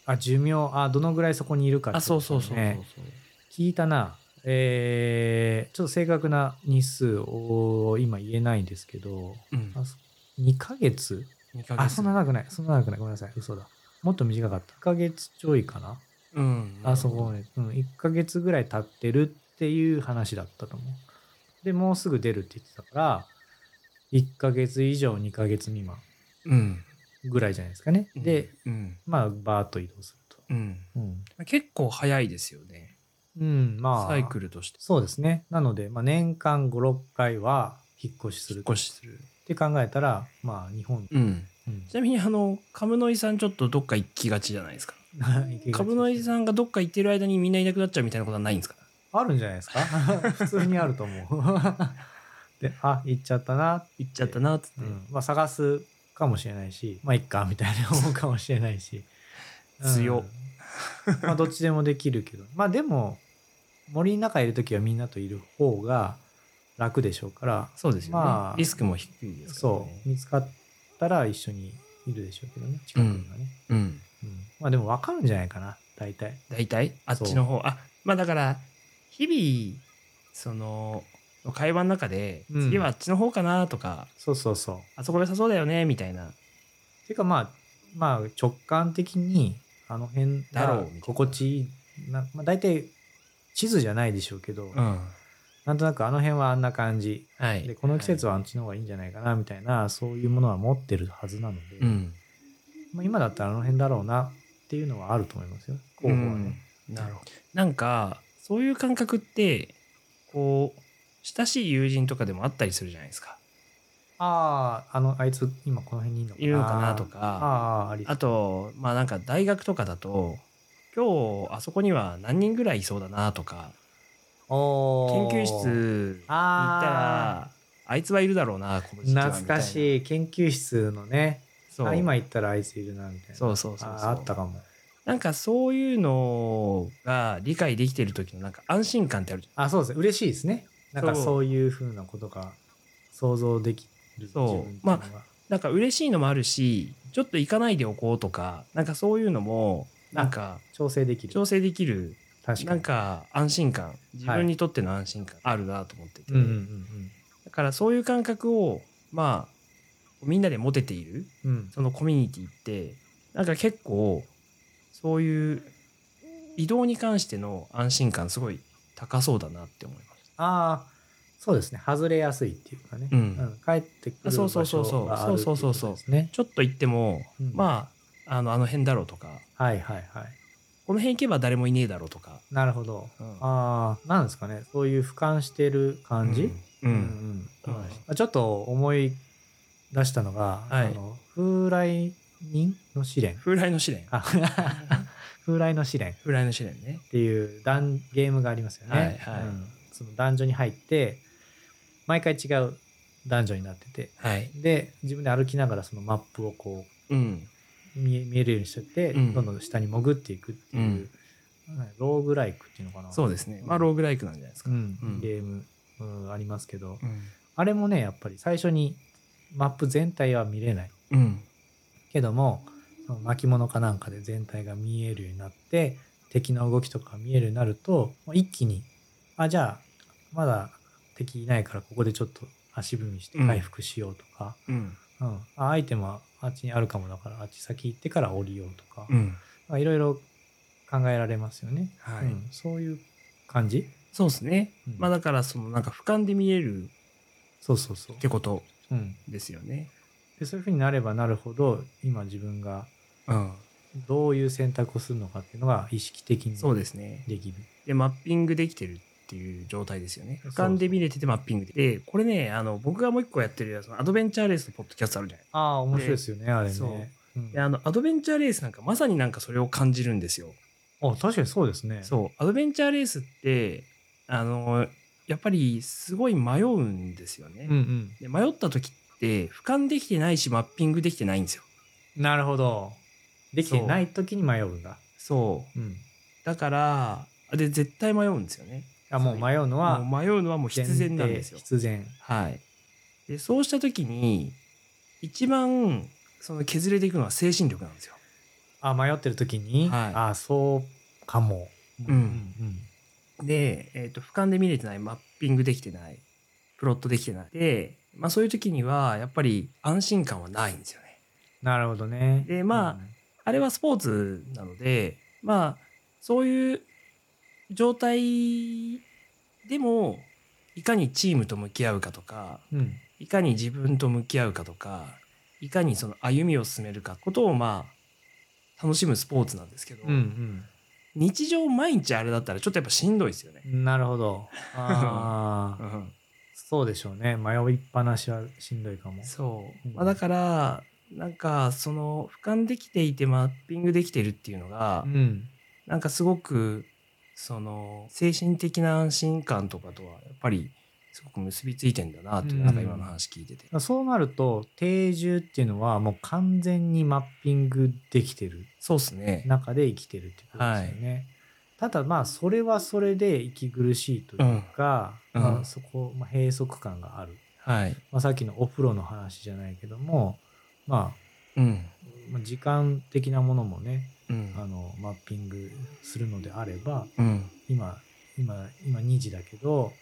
S1: あ、寿命、あ、どのぐらいそこにいるかって
S2: あ、
S1: こと
S2: そう
S1: ですよ
S2: そ
S1: ね
S2: うそうそうそう。
S1: 聞いたな。えー、ちょっと正確な日数を今言えないんですけど、
S2: うん
S1: あそ2ヶ月
S2: 二ヶ月
S1: あ、そんな長くない。そんな長くない。ごめんなさい。嘘だ。もっと短かった。1ヶ月ちょいかな。
S2: うん。
S1: あ、そこまで。うん。1ヶ月ぐらい経ってるっていう話だったと思う。で、もうすぐ出るって言ってたから、1ヶ月以上2ヶ月未満
S2: うん。
S1: ぐらいじゃないですかね。で、、
S2: うん。
S1: まあ、バーッと移動すると。
S2: うん。
S1: うん。
S2: 結構早いですよね。
S1: うん、まあ。
S2: サイクルとして。
S1: そうですね。なので、まあ、年間5、6回は引っ越しする
S2: 引っ
S1: っ
S2: 越しする。
S1: て考えたら、まあ、日本、
S2: うん。
S1: うん
S2: ちなみに、あの、カムノイさんちょっとどっか行きがちじゃないですか。
S1: 行きがちですね
S2: カムノイさんがどっか行ってる間にみんないなくなっちゃうみたいなことはないんですか
S1: あるんじゃない ですか普通にあると思う。 で、あ、行っちゃったな。
S2: 行っちゃったな、つって。
S1: うん。まあ、探すかもしれないし、まあ、いっか、みたいな思うかもしれないし。うん
S2: 強っ。
S1: まあ、どっちでもできるけど。まあ、でも、森の中いるときはみんなといる方が楽でしょうから、
S2: そうですよね。
S1: まあ
S2: リスクも低いですから
S1: そ
S2: ね。
S1: う見つかったら一緒にいるでしょうけどね近くにはね、
S2: う。うん。
S1: うんまあでも分かるんじゃないかな大体
S2: 大体あっちの方あまあだから日々その会話の中で、
S1: うん
S2: 次はあっちの方かなとか
S1: そうそうそう
S2: あそこ良さそうだよねみたいな
S1: ていうかまあまあ直感的にあの辺
S2: だろう
S1: が
S2: みたいな
S1: 心地いいな、まあ、大体地図じゃないでしょうけど、
S2: ん
S1: なんとなくあの辺はあんな感じ
S2: はい
S1: でこの季節はあっちの方がいいんじゃないかなみたいな、そういうものは持ってるはずなので、
S2: うん
S1: まあ、今だったらあの辺だろうなっていうのはあると思いますよ候補はね、
S2: うんなるほどなんかそういう感覚ってこう親しい友人とかでもあったりするじゃないですか
S1: あああのあいつ今この辺にいるのかない
S2: いるのかなとか
S1: あああり
S2: あとまあなんか大学とかだと今日あそこには何人ぐらいいそうだなとか研
S1: 研
S2: 究室行った
S1: あ
S2: らあいつはいるだろうなこの時期は
S1: あ懐か
S2: み
S1: しい研究室のね
S2: たいなそう
S1: あ今行ったらあいついるなみたいな
S2: そうそうそうそう
S1: ああったかも
S2: なんかそういうのが理解できてる時のなんか安心感ってあるじ
S1: あそうですね嬉しいですねなんか
S2: そう
S1: そういうふうなことが想像できる
S2: そうゃんなんか嬉しいのもあるしちょっと行かないでおこうとかなんかそういうのもなんか
S1: 調整できる
S2: 調整できる
S1: 確か
S2: なん
S1: に
S2: か安心感自分にとっての安心感あるなと思ってて、
S1: うんうん
S2: だからそういう感覚をまあみんなで持てている
S1: うんうん
S2: そのコミュニティってなんか結構そういう移動に関しての安心感すごい高そうだなって思いまし
S1: ああそうですね外れやすいっていうかね、
S2: うん
S1: 帰ってく
S2: あ
S1: る
S2: そう
S1: 場
S2: そうそうそ
S1: 所
S2: う
S1: があるってい
S2: そうそうそうそう
S1: ことですね
S2: たちょっと行っても、
S1: うん
S2: まああのあの辺だろうとか
S1: はいはいはい
S2: この辺行けば誰もいねえだろうとか、
S1: なるほど
S2: うん
S1: ああ、なんですかね。そういう俯瞰してる感じ。
S2: うん、
S1: うん
S2: うん
S1: うんちょっと思い出したのが、
S2: はい
S1: あの風来人の試練。
S2: 風来の試練
S1: あ風来の試練っ
S2: 風来の試練ね
S1: ていうダンゲームがありますよね。
S2: はいは
S1: う
S2: い
S1: んそのダンジョンに入って、毎回違うダンジョンになってて、
S2: はい
S1: で、自分で歩きながらそのマップをこう
S2: うん
S1: 見え見えるようにしてって、
S2: うん
S1: どんどん下に潜っていくっていう、うんローグライクっていうのかな。
S2: そうですねまあローグライクなんじゃないですか、
S1: うん
S2: うん
S1: ゲーム、うんありますけど、
S2: うん
S1: あれもねやっぱり最初にマップ全体は見れない
S2: うん
S1: けどもその巻物かなんかで全体が見えるようになって敵の動きとか見えるようになるともう一気にあじゃあまだ敵いないからここでちょっと足踏みして回復しようとか、
S2: うん
S1: うんあアイテムはあっちにあるかもだからあっち先行ってから降りようとか
S2: うん
S1: まあいろいろ考えられますよね、
S2: はい、
S1: うんそういう感じ
S2: そうですね、
S1: うん
S2: まあだからそのなんか俯瞰で見える
S1: そうそうそう
S2: っ、てこと
S1: うん、
S2: ですよね
S1: でそういうふうになればなるほど今自分が
S2: うん
S1: どういう選択をするのかっていうのが意識的に
S2: そうですね
S1: できる。
S2: でマッピングできてるっていう状態ですよね
S1: そう
S2: 俯
S1: そう
S2: 瞰で見れててマッピングででこれねあの僕がもう一個やってるそのアドベンチャーレースのポッドキャストあるじゃない
S1: ああ面白いですよねあれね。
S2: そう
S1: うん
S2: であのアドベンチャーレースなんかまさになんかそれを感じるんですよ
S1: あ確かにそうですね。
S2: そうアドベンチャーレースってあのやっぱりすごい迷うんですよね、
S1: うんうん、
S2: で迷った時って俯瞰できてないしマッピングできてないんですよ
S1: なるほど。できてない時に迷うんだ。
S2: そう
S1: うん、
S2: だからで絶対迷うんですよね
S1: あもう迷うのは
S2: もう迷うのはもう必然なんですよ
S1: 前提必然。
S2: はい。で、そうしたときに、一番その削れていくのは精神力なんですよ。
S1: あ迷ってる時に、
S2: はい
S1: あそうかも、
S2: うんで、えー、と俯瞰で見れてないマッピングできてないプロットできてないで、まあ、そういう時にはやっぱり安心感はないんですよね。
S1: なるほどね
S2: でまああれはスポーツなのでまあそういう状態でもいかにチームと向き合うかとか
S1: うん、うん
S2: いかに自分と向き合うかとかいかにその歩みを進めるかことをまあ楽しむスポーツなんですけど、
S1: うん
S2: 日常毎日あれだったらちょっとやっぱしんどいですよね。
S1: うんなるほ どあ
S2: う
S1: あ
S2: ん
S1: そうでしょうね迷いっぱなしはしんどいかも
S2: そう、
S1: うん
S2: まあ、だからなんかその俯瞰できていてマッピングできてるっていうのが、
S1: ん
S2: なんかすごくその精神的な安心感とかとはやっぱりすごく結びついてんだなって、
S1: うん
S2: なんか今の話聞いてて。
S1: そうなると定住っていうのはもう完全にマッピングできてる
S2: そうっすね。
S1: 中で生きてるってことですよね。ただまあそれはそれで息苦しいというか、
S2: うん
S1: ま
S2: う
S1: あ、
S2: ん
S1: そこ、まあ、閉塞感がある、
S2: はい。
S1: まあ、さっきのお風呂の話じゃないけども、ま
S2: う
S1: あ、
S2: ん。
S1: まあ時間的なものもね
S2: うん。
S1: あのマッピングするのであれば
S2: うん。
S1: 今今今2時だけど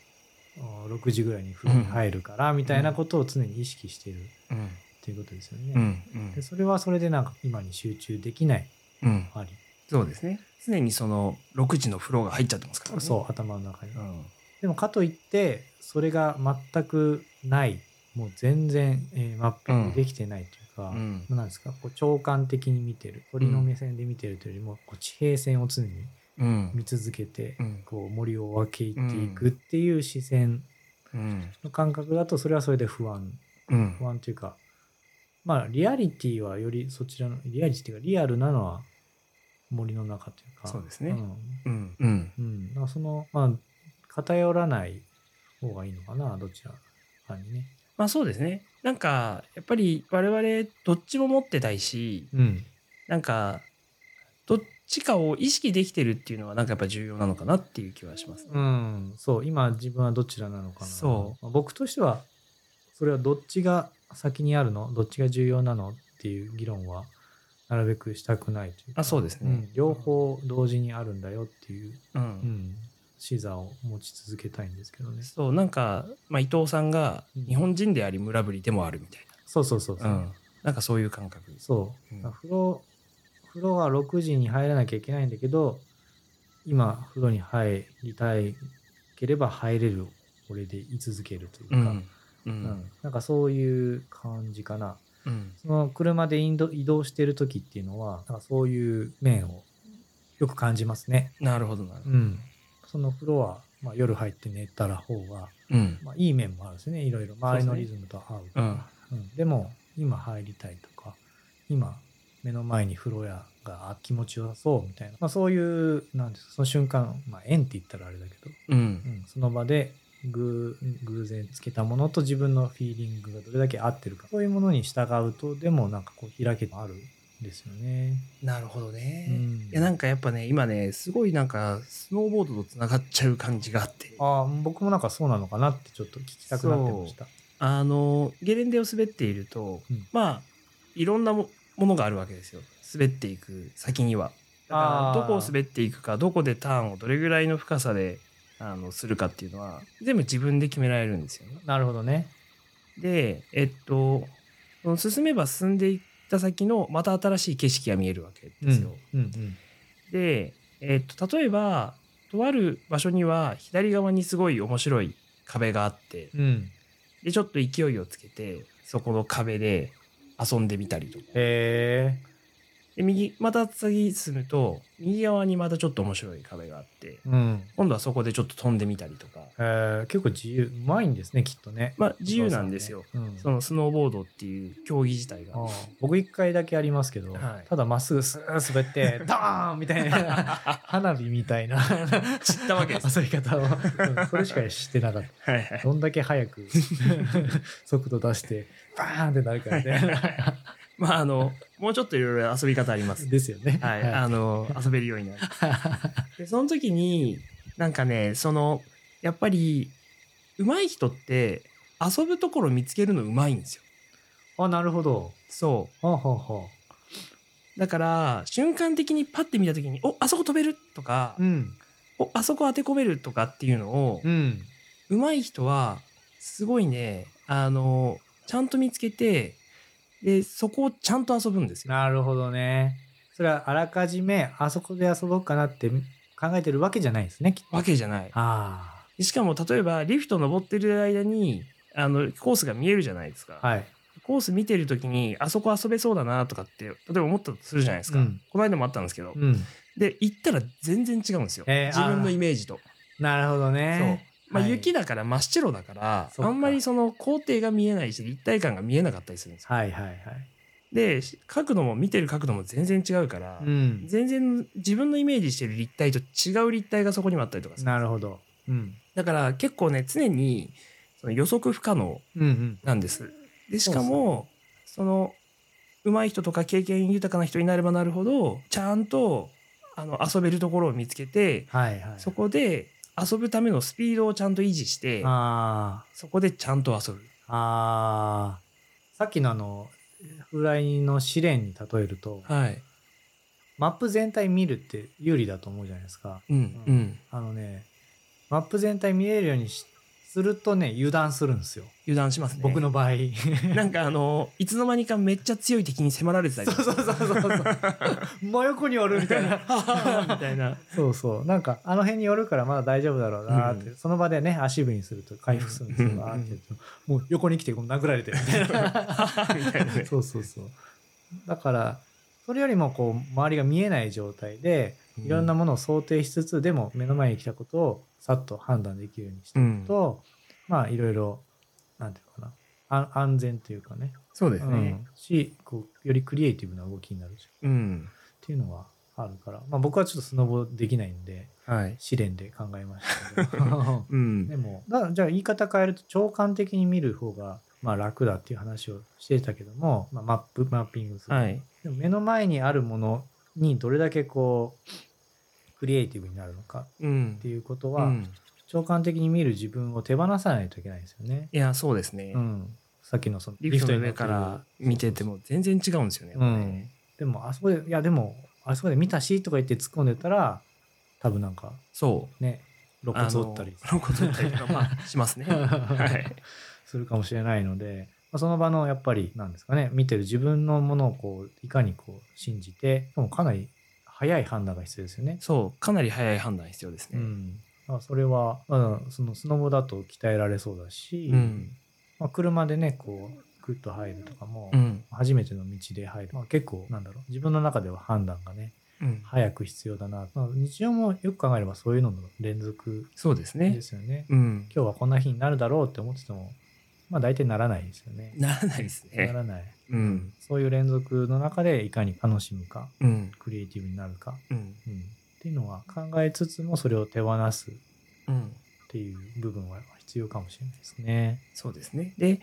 S1: お6時ぐらいに風呂に入るからみたいなことを常に意識している
S2: うん。
S1: っていうことですよね。
S2: うん。
S1: でそれはそれでなんか今に集中できない
S2: うん。
S1: あり、
S2: そうですね。常にその6時のフローが入っちゃってますからね。
S1: そう頭の中に
S2: う。ん。
S1: でもかといってそれが全くないもう全然、えーマッピングできてないというか、
S2: うん。
S1: なんですかこう長観的に見てる鳥の目線で見てるというよりも、こう地平線を常に
S2: うん。
S1: 見続けて、
S2: うん。
S1: こう森を分け入っていくっていう視線
S2: うん。
S1: の感覚だとそれはそれで不安
S2: うん
S1: 不安というかまあリアリティはよりそちらのリアリティがリアルなのは森の中というか
S2: そうですね
S1: ん
S2: うん。うん。
S1: うん、だからその、まあ、偏らない方がいいのかな、どちらかにね。
S2: まあそうですね。なんか、やっぱり我々どっちも持ってたいし、
S1: うん。
S2: なんか、どっちかを意識できてるっていうのはなんかやっぱ重要なのかなっていう気はします。
S1: うん、そう、今自分はどちらなのかな。
S2: そう
S1: まあ僕としては、それはどっちが先にあるのどっちが重要なのっていう議論は、なるべくしたくないというか。
S2: あそうですね
S1: ん両方同時にあるんだよっていう、
S2: うん。
S1: うん、視座を持ち続けたいんですけどね。
S2: そう、なんか、まあ伊藤さんが
S1: うん
S2: 日本人であり村ぶりでもあるみたい
S1: そうそうそうそう。
S2: な。うん。なんかそういう感覚です。
S1: そう、
S2: うん
S1: 風呂風呂は6時に入らなきゃいけないんだけど今風呂に入りたいければ入れる俺で居続けるというか、
S2: うん。う
S1: うん
S2: ん。
S1: なんかそういう感じかな
S2: うん。
S1: その車でインド移動してる時っていうのはなんかそういう面をよく感じますね
S2: なるほどなるほ
S1: う
S2: ど。
S1: んその風呂は、まあ、夜入って寝たら方が、
S2: うん。
S1: まあ、いい面もあるんですねいろいろ周りのリズムと合うから
S2: うん。
S1: うん、でも今入りたいとか今目の前に風呂屋があ気持ちよさそうみたいな、まあ、そういうなんですかその瞬間、まあ、縁って言ったらあれだけど、
S2: うん。
S1: うん、その場で偶偶然つけたものと自分のフィーリングがどれだけ合ってるかそういうものに従うとでもなんかこう開けがあるんですよね。
S2: なるほど
S1: う
S2: ね。
S1: ん
S2: いやなんかやっぱね今ねすごいなんかスノーボードとつながっちゃう感じがあって
S1: あー僕もなんかそうなのかなってちょっと聞きたくなってました。
S2: あのゲレンデを滑っていると、
S1: うん
S2: まあいろんなもものがあるわけですよ滑っていく先にはだ
S1: あ
S2: か
S1: ー
S2: らどこを滑っていくかどこでターンをどれぐらいの深さであのするかっていうのは全部自分で決められるんですよね
S1: なるほどね。
S2: でえっとその進めば進んでいった先のまた新しい景色が見えるわけですよ、
S1: うんうん
S2: で、えっと例えばとある場所には左側にすごい面白い壁があって、
S1: うんうん、
S2: でちょっと勢いをつけてそこの壁で遊んでみたりとか
S1: へ
S2: で右また次進むと右側にまたちょっと面白い壁があって
S1: え、うん
S2: 今度はそこでちょっと飛んでみたりとか
S1: えー結構自由うまいんですねきっとね。
S2: まあ自由なんですよ、
S1: うん
S2: そのスノーボードっていう競技自体が
S1: ああ僕一回だけありますけど、
S2: はい
S1: ただまっすぐスーッ滑ってダーンみた いな花火みたいな
S2: 知ったわけです
S1: 遊び方をうんそれしかしてなかっ
S2: はいは
S1: た
S2: い
S1: どんだけ早く 速度出してバーンってなるから ね
S2: まああのもうちょっといろいろ遊び方あります
S1: ですよね
S2: はい、あの遊べるようになるでその時になんかねそのやっぱり上手い人って遊ぶところ見つけるの上手いんですよ
S1: あ、なるほど。
S2: そ
S1: はあ、はあは
S2: う。だから、瞬間的にパッて見た時に、お、あそこ飛べるとか
S1: あ、うん。
S2: お、あそこ当て込めるとかっていうのを、
S1: うん。
S2: 上手い人は、すごいね、あの、ちゃんと見つけて、で、そこをちゃんと遊ぶんですよ。
S1: なるほどね。それはあらかじめ、あそこで遊ぼうかなって考えてるわけじゃないですね、きっと。
S2: わけじゃない。
S1: あ
S2: しかも、例えば、リフト登ってる間に、あの、コースが見えるじゃないですか。
S1: あ。はい。
S2: コース見てる時に、あそこ遊べそうだなとかって、例えば思ったとするじゃないですか。
S1: うん
S2: この間もあったんですけど、
S1: うん。
S2: で、行ったら全然違うんですよ。
S1: えー
S2: 自分のイメージと。
S1: なるほど
S2: そう
S1: ね。。
S2: まあ、
S1: はい
S2: 雪だから真っ白だから、
S1: そっか
S2: あんまりその工程が見えないし、立体感が見えなかったりするんですよ。
S1: はいはいはい。
S2: で、角度も見てる角度も全然違うから、
S1: うん。
S2: 全然自分のイメージしてる立体と違う立体がそこにもあったりとかする
S1: なるほど。うん。
S2: だから結構ね、常にその予測不可能
S1: うんうん。
S2: なんです。で、し
S1: そ
S2: か
S1: う
S2: も、その、上手い人とか経験豊かな人になればなるほど、ちゃんと、あの、遊べるところを見つけて、
S1: はいはい。
S2: そこで遊ぶためのスピードをちゃんと維持して、
S1: あ
S2: そこでちゃんと遊ぶ。
S1: あ。ああ。さっきのあの、フライの試練に例えると、
S2: はい。
S1: マップ全体見るって有利だと思うじゃないですか。
S2: うん、
S1: う
S2: うん。
S1: あのね、マップ全体見れるようにしするとね、油断するんですよ。
S2: 油断しますね。
S1: 僕の場合。
S2: なんかあの、いつの間にかめっちゃ強い敵に迫られてたり
S1: そうそうそうそう そう。真横におるみたい な。
S2: みたいな。
S1: そうそう。なんか、あの辺に寄るからまだ大丈夫だろうなーって、
S2: うん
S1: その場でね、足踏みすると回復するんですよ。
S2: うん
S1: あーって言ってもう横に来てこう殴られてるみたい
S2: みたいなね
S1: な。 そうそうそう。だから、それよりもこう、周りが見えない状態で、いろんなものを想定しつつ、でも目の前に来たことをさっと判断できるようにして
S2: う
S1: い
S2: ん
S1: く。と、まあ、いろいろ、なんていうのかな、あ安全というかね、
S2: そうで
S1: うん、しこう、よりクリエイティブな動きになるし、
S2: うん。
S1: っていうのはあるから、まあ僕はちょっとスノボできないんで、
S2: はい。
S1: 試練で考えましたけど
S2: うん。
S1: でもだじゃあ言い方変えると長観的に見る方がまあ楽だっていう話をしてたけども、まあ、マップマッピングする、
S2: はい。
S1: でも目の前にあるものにどれだけこうクリエイティブになるのか
S2: うん
S1: っていうことは、
S2: うん
S1: 長観的に見る自分を手放さないといけないですよね。
S2: いや、そうですね
S1: う。ん、さっきのその
S2: リフトの
S1: に乗
S2: 上
S1: って
S2: か
S1: る
S2: ら見てても全然違うんですよね。
S1: うんでもあそこでいやでもあそこで見たしとか言って突っ込んでたら多分なんか
S2: そう。
S1: ね露
S2: あ
S1: 骨
S2: の
S1: 折ったり
S2: 肋骨折ったりとか、ま あ、しますね。はい。
S1: するかもしれないので、まあその場のやっぱり、なんですかね、見てる自分のものをこう、いかにこう、信じて、でもかなり早い判断が必要ですよね。
S2: そう。かなり早い判断必要です
S1: う
S2: ね。
S1: ん。まあ、それは、うん、そのスノボだと鍛えられそうだし、
S2: うん。
S1: まあ、車でね、こう、グッと入るとかも、
S2: うん。
S1: 初めての道で入る。まあ、結構、なんだろう、自分の中では判断がね、
S2: うん
S1: 早く必要だな。まあ、日常もよく考えればそういうのの連続
S2: そうです
S1: で
S2: ね。
S1: すよね。
S2: うん。
S1: 今日はこんな日になるだろうって思ってても、まあ大体ならないですよね。
S2: ならないです
S1: な
S2: ね。
S1: らない。
S2: うん。
S1: そういう連続の中でいかに楽しむか、
S2: うん。
S1: クリエイティブになるか、
S2: うん。
S1: うん、っていうのは考えつつもそれを手放すっ
S2: うん。
S1: ていう部分は必要かもしれないですね。
S2: そうですね。で、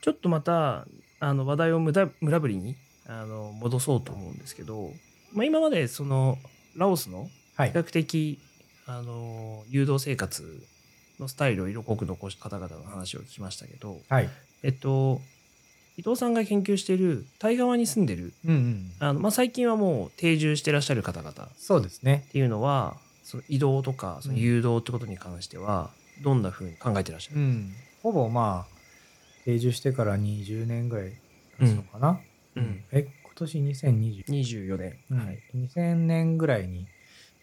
S2: ちょっとまた、あの、話題を無駄村ぶりに、あの、戻そうと思うんですけど、まあ、今まで、その、ラオスの、
S1: は
S2: 比
S1: い。
S2: 較的、あの、誘導生活のスタイルを色濃く残した方々の話を聞きましたけど、
S1: はい。
S2: えっと、伊藤さんが研究している、タイ側に住んでる、
S1: うんうん。
S2: あの、まあ、最近はもう定住してらっしゃる方々っ
S1: そうですね。
S2: ていうのは、その移動とか、その誘導ってことに関しては、どんな風に考えてらっしゃ
S1: う
S2: る、
S1: ん。ほぼまあ、定住してから20年ぐらい経つのかな。
S2: うん
S1: え、今年2020、
S2: ?24 年。
S1: うん
S2: はい。
S1: 2000年ぐらいに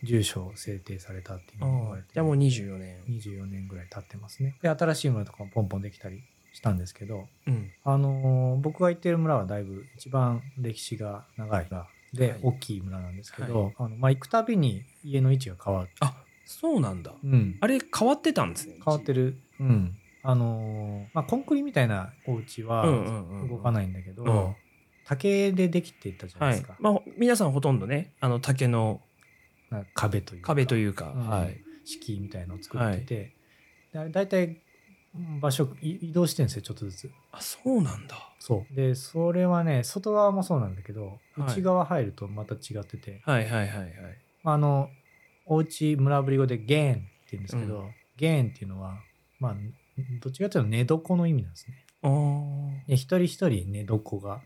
S1: 住所を制定されたっていうのが
S2: ああじゃあもう24年。
S1: 24年ぐらい経ってますね。で、新しいものとかもポンポンできたりしたんですけど、
S2: うん。
S1: あのー僕が行ってる村はだいぶ一番歴史が長い村で、
S2: はい
S1: 大きい村なんですけど、あのまあ、行くたびに家の位置が変わる、
S2: あそうなんだ。
S1: うん、
S2: あれ変わってたんですね。
S1: 変わって
S2: る。
S1: る、うんあのーまあ、コンクリみたいなお家は
S2: うんうんうんうん
S1: 動かないんだけど、
S2: うん
S1: 竹でできていったじゃない
S2: は
S1: です
S2: い
S1: か、。
S2: まあほ皆さんほとんどね、あの竹の
S1: なんか壁というか
S2: 壁というか、
S1: うん
S2: はい。
S1: 敷居みたいのを作ってて、だい、だいたいうん場所い移動してるんですよちょっとずつ。
S2: あそうなんだ。
S1: そうでそれはね外側もそうなんだけど
S2: はい
S1: 内側入るとまた違ってて、
S2: はいはいはいはい。
S1: あの、おうち村ぶり語でゲーンって言うんですけど、ゲーンっていうのは、まあ、どっちかというと寝床の意味なんですね。
S2: あー
S1: で一人一人寝床が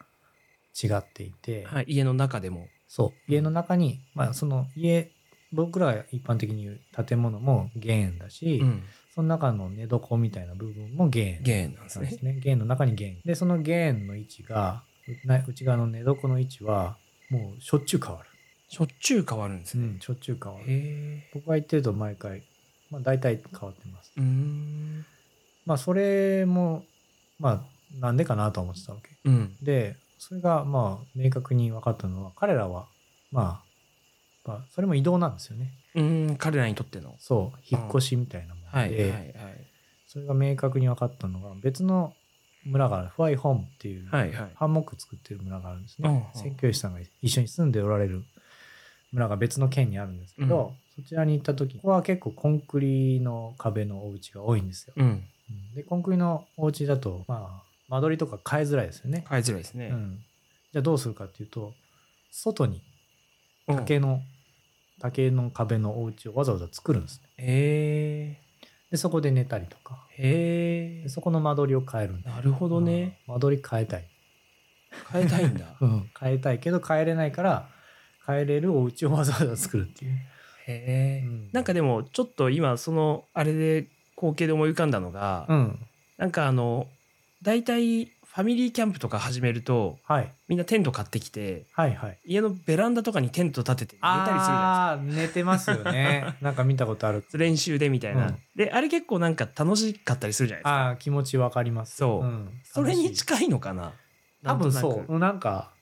S1: 違っていて、
S2: はい、家の中でも。
S1: そう家の中に、まあ、その家僕らが一般的に言う建物も弦だし、
S2: うん、
S1: その中の寝床みたいな部分も弦
S2: ゲーンなんです
S1: なんで
S2: ね
S1: す。ね。弦の中に弦。で、その弦の位置が、な内側の寝床の位置は、もうしょっちゅう変わる。
S2: しょっちゅう変わるんです
S1: う
S2: ね。
S1: ん、しょっちゅう変わる。
S2: へ
S1: 僕が行ってると毎回、まあ大体変わってます。
S2: え。うーん。
S1: まあそれも、まあなんでかなとは思ってたわけ。
S2: うん。
S1: で、それがまあ明確に分かったのは、彼らは、まあ、まあ、それも移動なんですよね。
S2: うーん、彼らにとっての。
S1: そう、引っ越しみたいなもので、
S2: はい、はい、
S1: それが明確に分かったのが、別の村がある、フワイホームっていう、
S2: はい。はい、はい。
S1: ハンモック作ってる村があるんです
S2: うんうん
S1: ね。宣教師さんが一緒に住んでおられる村が別の県にあるんですけど、そちらに行った時ここは結構コンクリの壁のお家が多いんですよ。
S2: うん。
S1: うんでコンクリのお家だと、まあ、間取りとか変えづらいですよね。
S2: 変えづらいですね
S1: う。ん、じゃあどうするかっていうと外に
S2: うん
S1: 竹の、竹の壁のお家をわざわざ作るんですね。
S2: へえ。
S1: でそこで寝たりとか
S2: へ
S1: で
S2: え。
S1: そこの間取りを変えるんです
S2: なるほどね。
S1: うん間取り変えたい。
S2: 変えたいん だ。
S1: うん、変えたいけど変えれないから変えれるお家をわざわざ作るっていう。
S2: へえ
S1: う。ん
S2: なんかでも、ちょっと今、その、あれで、光景で思い浮かんだのが、
S1: うん、
S2: なんかあの、大体、ファミリーキャンプとか始めると、
S1: はい
S2: みんなテント買ってきて、
S1: はいはい。
S2: 家のベランダとかにテント立てて寝たりするじゃないですか。
S1: あー寝てますよ ね。なんか見たことある。
S2: 練習でみたいな、
S1: うん
S2: であれ結構なんか楽しかったりするじゃないですか
S1: ああ気持ちわかります。
S2: そう
S1: うん
S2: それに
S1: 楽しい
S2: 近いのかな
S1: 多分
S2: なんとな
S1: そ
S2: く
S1: うなんか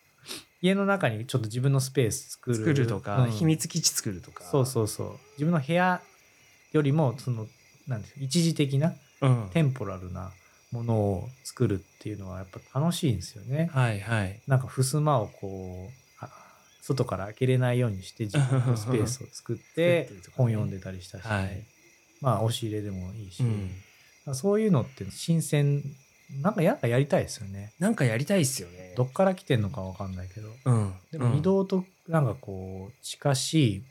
S1: 家の中にちょっと自分のスペース作る
S2: 作るとか、
S1: うん
S2: 秘密基地作るとか
S1: そうそうそう自分の部屋よりもそのなんですか一時的な
S2: う、ん、
S1: テンポラルなものを作るっていうのはやっぱ楽しいんですよね。
S2: はいはい
S1: なんか襖をこうあ外から開けれないようにして自分 のスペースを作って
S2: 作ってるとかね
S1: 本読んでたりしたし、
S2: はい、
S1: まあ押し入れでもいいし、
S2: うん、
S1: そういうのって新鮮なんかやっぱやりたいですよね
S2: なんかやりたいっすよね
S1: どっから来てんのかわかんないけど
S2: うん
S1: でも移動となんかこう近しい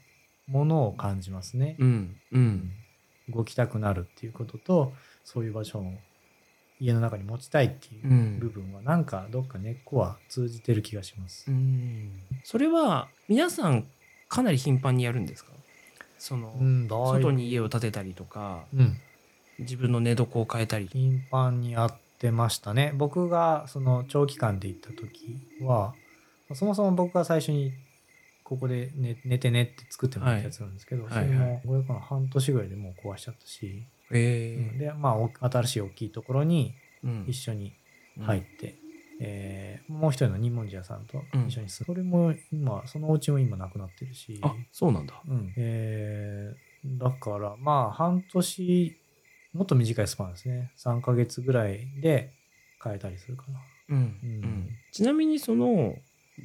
S1: ものを感じますね、
S2: うんうん、
S1: 動きたくなるっていうこととそういう場所を家の中に持ちたいっていううん部分はなんかどっか根っこは通じてる気がします
S2: う。んそれは皆さんかなり頻繁にやるんですかその、
S1: うん、だいぶ
S2: 外に家を建てたりとか
S1: うん、
S2: 自分の寝床を変えたり
S1: 頻繁に会ってましたね僕がその長期間で行った時はそもそも僕が最初にここで寝寝てねって作ってもらったやつなんですけど、
S2: はい
S1: それ
S2: はいは
S1: もこれから半年ぐらいでもう壊しちゃったし、
S2: え
S1: うんでまあお新しい大きいところに
S2: うん
S1: 一緒に入って、えーもう一人のニモンジアさんと一緒に住む、それも今そのお家も今なくなってるし
S2: あそうなんだ
S1: うんえーだからまあ半年もっと短いスパンですね3ヶ月ぐらいで変えたりするかな
S2: うん
S1: うん
S2: ちなみにその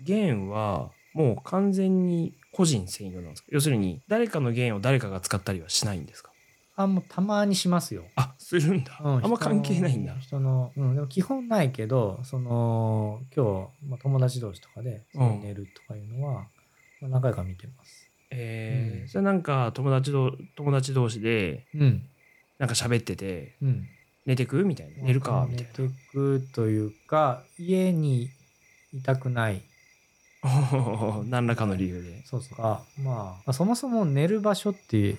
S2: 弦はもう完全に個人専用なんですか要するに誰かの弦を誰かが使ったりはしないんですか
S1: あもうたまにしますよ、
S2: あするんだ、
S1: うん、
S2: あんま
S1: 人
S2: 関
S1: の
S2: 係ないんだ
S1: 人の、うん、でも基本ないけどその今日、まあ、友達同士とかで
S2: うん
S1: 寝るとかいうのは、まあ何回か見てます
S2: えー
S1: うん
S2: それなんか友達ど友達同士で
S1: うん
S2: なんか喋ってて
S1: うん
S2: 寝てくみたいな寝るかみたい
S1: 寝てくというか家にいたくない
S2: な 何らかの理由で
S1: そうそうあまあ、まあそもそも寝る場所って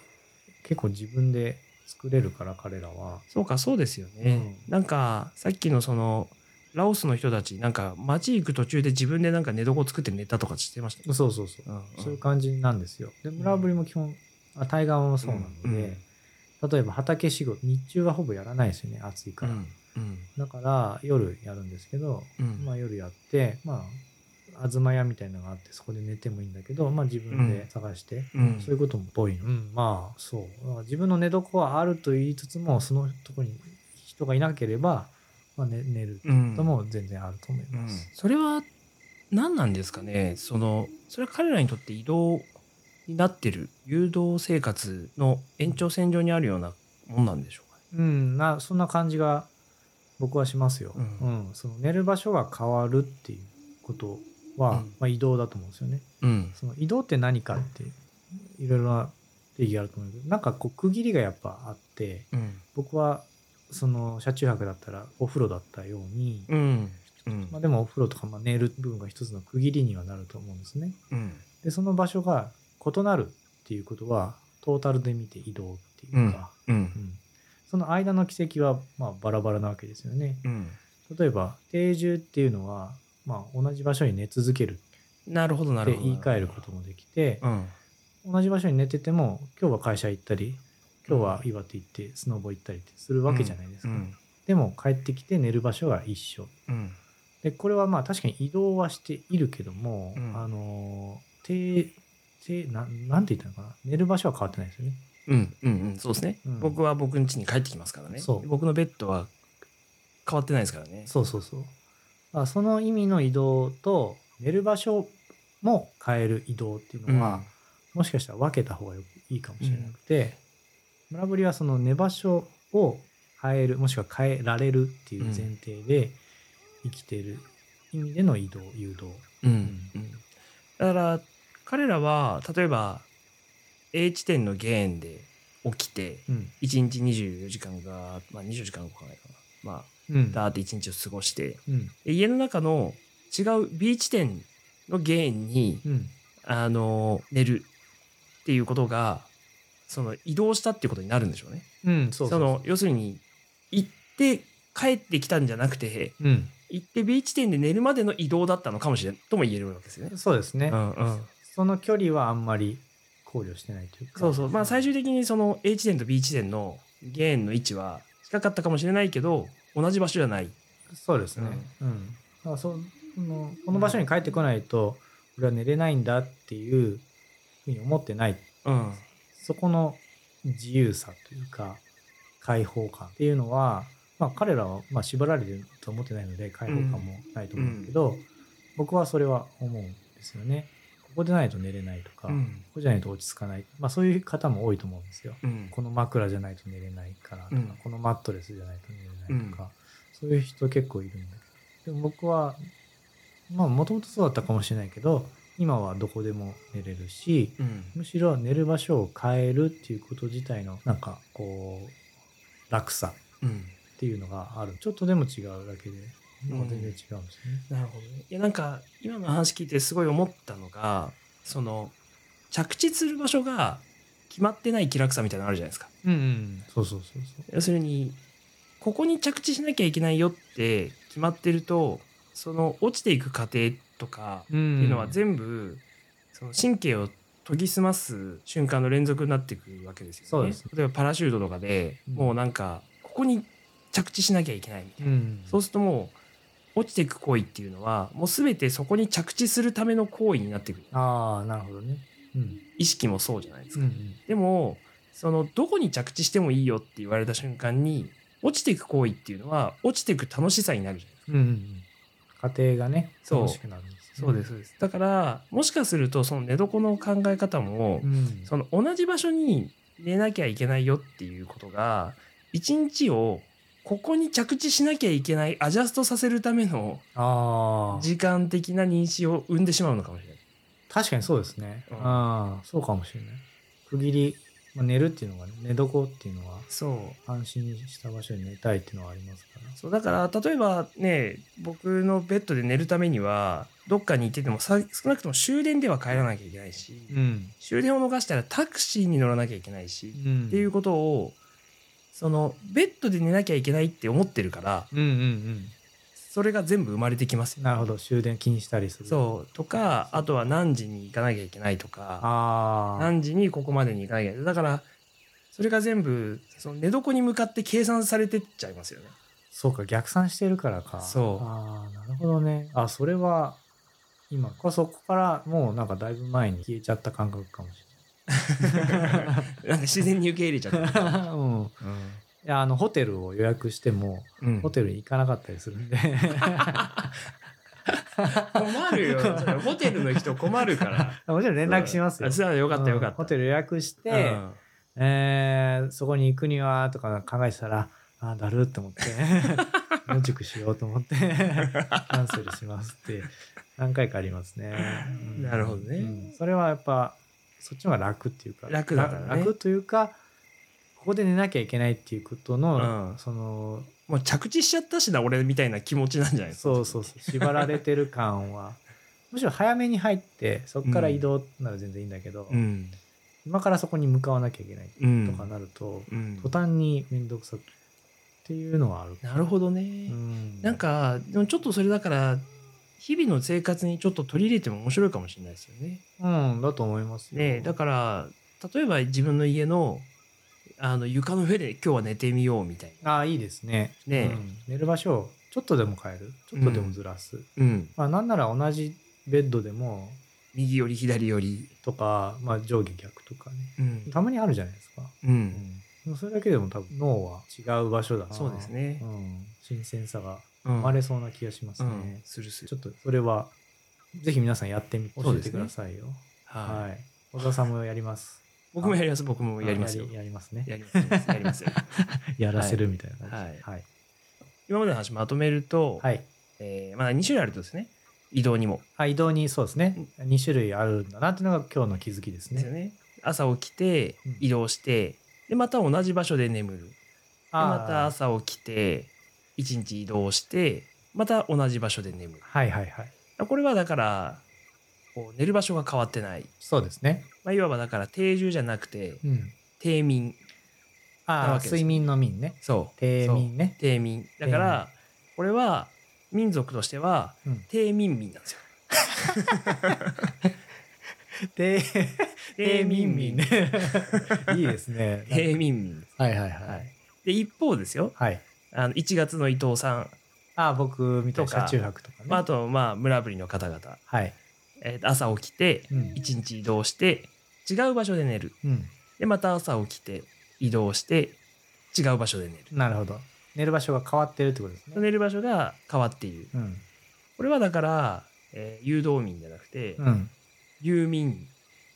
S1: 結構自分で作れるから彼らは
S2: そうかそうですよね、
S1: うん
S2: なんかさっきのそのラオスの人たちなんか街行く途中で自分でなんか寝床作って寝たとかしてましたね、
S1: そうそうそう、
S2: うん
S1: そういう感じなんですよで村ぶりも基本あ対岸もそうなので、例えば畑仕事日中はほぼやらないですよね暑いから、
S2: うん
S1: だから夜やるんですけど、
S2: うん
S1: まあ、夜やってまあ東屋みたいなのがあってそこで寝てもいいんだけど、まあ、自分で探して、
S2: うん
S1: そういうことも多いの、うん、まあそうだから自分の寝床はあると言いつつもそのとこに人がいなければ、まあね、寝ることも全然あると思い
S2: うん
S1: ます。
S2: それは何なんですかねそのそれは彼らにとって移動になってる誘導生活の延長線上にあるようなもんなんでしょうか
S1: う
S2: ね。
S1: ん、なそんな感じが僕はしますよ、
S2: う
S1: うんんその寝る場所が変わるっていうことは、
S2: うん
S1: まあ、移動だと思うんですよね。
S2: うん、
S1: その移動って何かっていろいろな定義があると思うけどなんかこう区切りがやっぱあって僕はその車中泊だったらお風呂だったように、
S2: うんうん
S1: まあ、でもお風呂とかまあ寝る部分が一つの区切りにはなると思うんですね。
S2: うん
S1: でその場所が異なるっていうことはトータルで見て移動っていうか、
S2: うん
S1: うんその間の軌跡はまあバラバラなわけですよね。
S2: うん
S1: 例えば定住っていうのは、まあ、同じ場所に寝続ける
S2: なるほどな
S1: っ
S2: る
S1: て
S2: ほど
S1: 言い換えることもできて
S2: うん
S1: 同じ場所に寝てても今日は会社行ったり今日は岩手行ってスノボ行ったりってするわけじゃないですか、
S2: うん
S1: でも帰ってきて寝る場所が一緒
S2: うん
S1: でこれはまあ確かに移動はしているけども、
S2: うん
S1: あのててななんて言ったのかな寝る場所は変わってないですよね
S2: うんうんうんそうですね、
S1: うん
S2: 僕は僕ん家に帰ってきますからね
S1: そう
S2: 僕のベッドは変わってないですからね
S1: そうそうそうあその意味の移動と寝る場所も変える移動っていうのは、もしかしたら分けた方がよくいいかもしれなくて、村ぶりはその寝場所を変えるもしくは変えられるっていう前提で生きてる意味での移動誘導
S2: うんうんだから彼らは例えば A 地点のゲーンで起きて
S1: うん
S2: 1日24時間が、まあ、24時間動かないかなまあ
S1: うん
S2: ダーって1日を過ごして
S1: うん
S2: で家の中の違う B 地点のゲーンに
S1: うん
S2: あの寝るっていうことがその移動したっていうことになるんでしょうね。
S1: うんそうそうそう
S2: の要するに行って帰ってきたんじゃなくて
S1: うん
S2: 行って B 地点で寝るまでの移動だったのかもしれないとも言えるわけですよね。
S1: そうですね、
S2: うんうん、
S1: その距離はあんまり考慮してないというか
S2: そうそうまあ最終的にその A 地点と B 地点のゲーンの位置は近かったかもしれないけど同じ場所じゃない。
S1: そうですねうん、まあ、そそのこの場所に帰ってこないと俺は寝れないんだっていうふうに思ってない
S2: うん
S1: そこの自由さというか開放感っていうのは、まあ、彼らはまあ縛られてると思ってないので開放感もないと思うんだけど、僕はそれは思うんですよね。ここでないと寝れないとか、
S2: う
S1: こ
S2: ん
S1: こじゃないと落ち着かない、まあ、そういう方も多いと思うんですよ。
S2: うん
S1: この枕じゃないと寝れないからとか、
S2: うん
S1: このマットレスじゃないと寝れないとか、そういう人結構いるんだけどでも僕はまあもともとそうだったかもしれないけど今はどこでも寝れるし、
S2: うん
S1: むしろ寝る場所を変えるっていうこと自体のなんかこう楽さ
S2: うん
S1: っていうのがあるちょっとでも違うだけで、なんか全然違うんですよね。
S2: なるほどね。いやなんか今の話聞いてすごい思ったのがその着地する場所が決まってない気楽さみたいなのあるじゃないですか。
S1: うん、うん、そうそうそうそう。
S2: 要するにここに着地しなきゃいけないよって決まってるとその落ちていく過程とかっ
S1: う
S2: て
S1: ん
S2: いうのは全部その神経を研ぎ澄ます瞬間の連続になってくるわけですよね。
S1: そうです
S2: 例えばパラシュートとかで
S1: うん
S2: もうなんかここに着地しなきゃいけないみたいな。
S1: うん、
S2: そうするともう落ちていく行為っていうのはもう全てそこに着地するための行為になってくる
S1: ああなるほどね。うん、
S2: 意識もそうじゃないです
S1: う
S2: か、
S1: ん
S2: でもそのどこに着地してもいいよって言われた瞬間に落ちていく行為っていうのは落ちていく楽しさになるじゃないで
S1: う
S2: すか、
S1: ん、うんうん、家庭がね
S2: そう
S1: 楽しくなるんです、ね。
S2: すそうですだからもしかするとその寝床の考え方も、
S1: うん、
S2: その同じ場所に寝なきゃいけないよっていうことが一日をここに着地しなきゃいけないアジャストさせるための
S1: ああ
S2: 時間的な認識を生んでしまうのかもしれない。
S1: 確かにそうですね。
S2: うん
S1: ああそうかもしれない。区切り、まあ、寝るっていうのがね寝床っていうのは
S2: そ
S1: 安心した場所に寝たいっていうのはありますから。
S2: うそうだから例えばね僕のベッドで寝るためにはどっかにいててもさ少なくとも終電では帰らなきゃいけないし、
S1: うん。
S2: 終電を逃したらタクシーに乗らなきゃいけないし、
S1: っ
S2: っていうことをそのベッドで寝なきゃいけないって思ってるから
S1: うんうんうん。
S2: それが全部生まれてきますよ。
S1: なるほど。終電気にしたりする。う。
S2: そうとかあとは何時に行かなきゃいけないとか
S1: ああ。
S2: 何時にここまでに行かなきゃいけないだからそれが全部その寝床に向かって計算されてっちゃいま すよね。
S1: そうか。逆算してるからか。
S2: そう
S1: ああ、なるほどね。あ、それは、今、こそこからもうなんかだいぶ前に消えちゃった感覚かもし
S2: なんか自然に受け入れちゃっ
S1: れ
S2: た。
S1: ない。うん。いや、あの、ホテルを予約しても、
S2: うん
S1: ホテルに行かなかったりするんで。
S2: 困る よ。それホテルの人困るから。
S1: もちろん連絡しますよ
S2: あ。そうだよかったよかっ
S1: うん
S2: た。
S1: ホテ
S2: ル
S1: ル予約して、えーそこに行くにはとか考えてたら、あーだるって思って、野宿しようと思って、キャンセルしますって何回かありますね。うん
S2: なるほどね
S1: うんそれはやっぱ、そっちの方が楽っていうか、
S2: 楽だからね
S1: 楽というか、こで寝なきゃいけないっていうことの、
S2: うん
S1: その
S2: もう着地しちゃったしな俺みたいな気持ちなんじゃないですか
S1: そうそう そう縛られてる感はむしろ早めに入ってそこから移動なら全然いいんだけど、
S2: うん
S1: 今からそこに向かわなきゃいけない
S2: うん
S1: とかなると、
S2: うん
S1: 途端に面倒くさくっていうのはある、
S2: なるほどね、
S1: うん
S2: なんかでもちょっとそれだから日々の生活にちょっと取り入れても面白いかもしれないですよね。
S1: うんだと思いますよ
S2: ねだから例えば自分の家のあの床の上で今日は寝てみようみたいな。
S1: ああいいですね
S2: ね
S1: うん寝る場所をちょっとでも変えるちょっとでもずらす、
S2: うん、
S1: まあなんなら同じベッドでも
S2: 右より左より。
S1: とか、まあ、上下逆とかね
S2: うん
S1: たまにあるじゃないですか、
S2: う
S1: うんでもそれだけでも多分脳は違う場所だな
S2: そうですね
S1: うん、新鮮さが
S2: うん
S1: 生まれそうな気がしますね、
S2: うんするす
S1: ちょ
S2: る。
S1: っとそれはぜひ皆さんやってみ
S2: そ
S1: 教
S2: う
S1: え
S2: です
S1: て
S2: ね
S1: くださいよ、
S2: はい
S1: はい小田さんもやります
S2: 僕もやります僕 もやりますよ
S1: あ。やりますね
S2: やりますや りますよ。
S1: やらせるみたいな感じはい
S2: 今までの話まとめると、
S1: はい、
S2: えーまあ2種類あるとですね移動にも。
S1: あ移動にそうですね2種類あるんだなっていうのが今日の気づきです
S2: ですよ
S1: ね
S2: ね。朝起きて
S1: うん
S2: 移動して、でまた同じ場所で眠る。でまた
S1: あー
S2: 朝起きて一日移動してまた同じ場所で眠る
S1: はいはいはい
S2: これはだからこう寝る場所が変わってない、
S1: そうですね
S2: まあ、いわばだから定住じゃなくて
S1: うん
S2: 定眠な
S1: ああ
S2: わけです
S1: 睡眠の民ね
S2: そう
S1: 低
S2: そう
S1: 民 ね
S2: 定眠だからこれは民族としては
S1: うん
S2: 定民民なんですよ
S1: 低低民民ね いいですね
S2: 定民民です
S1: はいはいは
S2: はいいで一方ですよ
S1: はい
S2: あの1月の伊藤さん、
S1: ああ僕みたいな
S2: とか
S1: 車中泊とかね、
S2: まあ、あとまあ村ぶりの方々、
S1: はい、
S2: えー朝起きて
S1: うん
S2: 一日移動して違う場所で寝る
S1: うん、
S2: でまた朝起きて移動して違う場所で寝る
S1: なるほど寝る場所が変わってるってことですね、
S2: 寝る場所が変わっている
S1: うん
S2: これはだから、えー誘導民じゃなくて、
S1: うん
S2: 遊民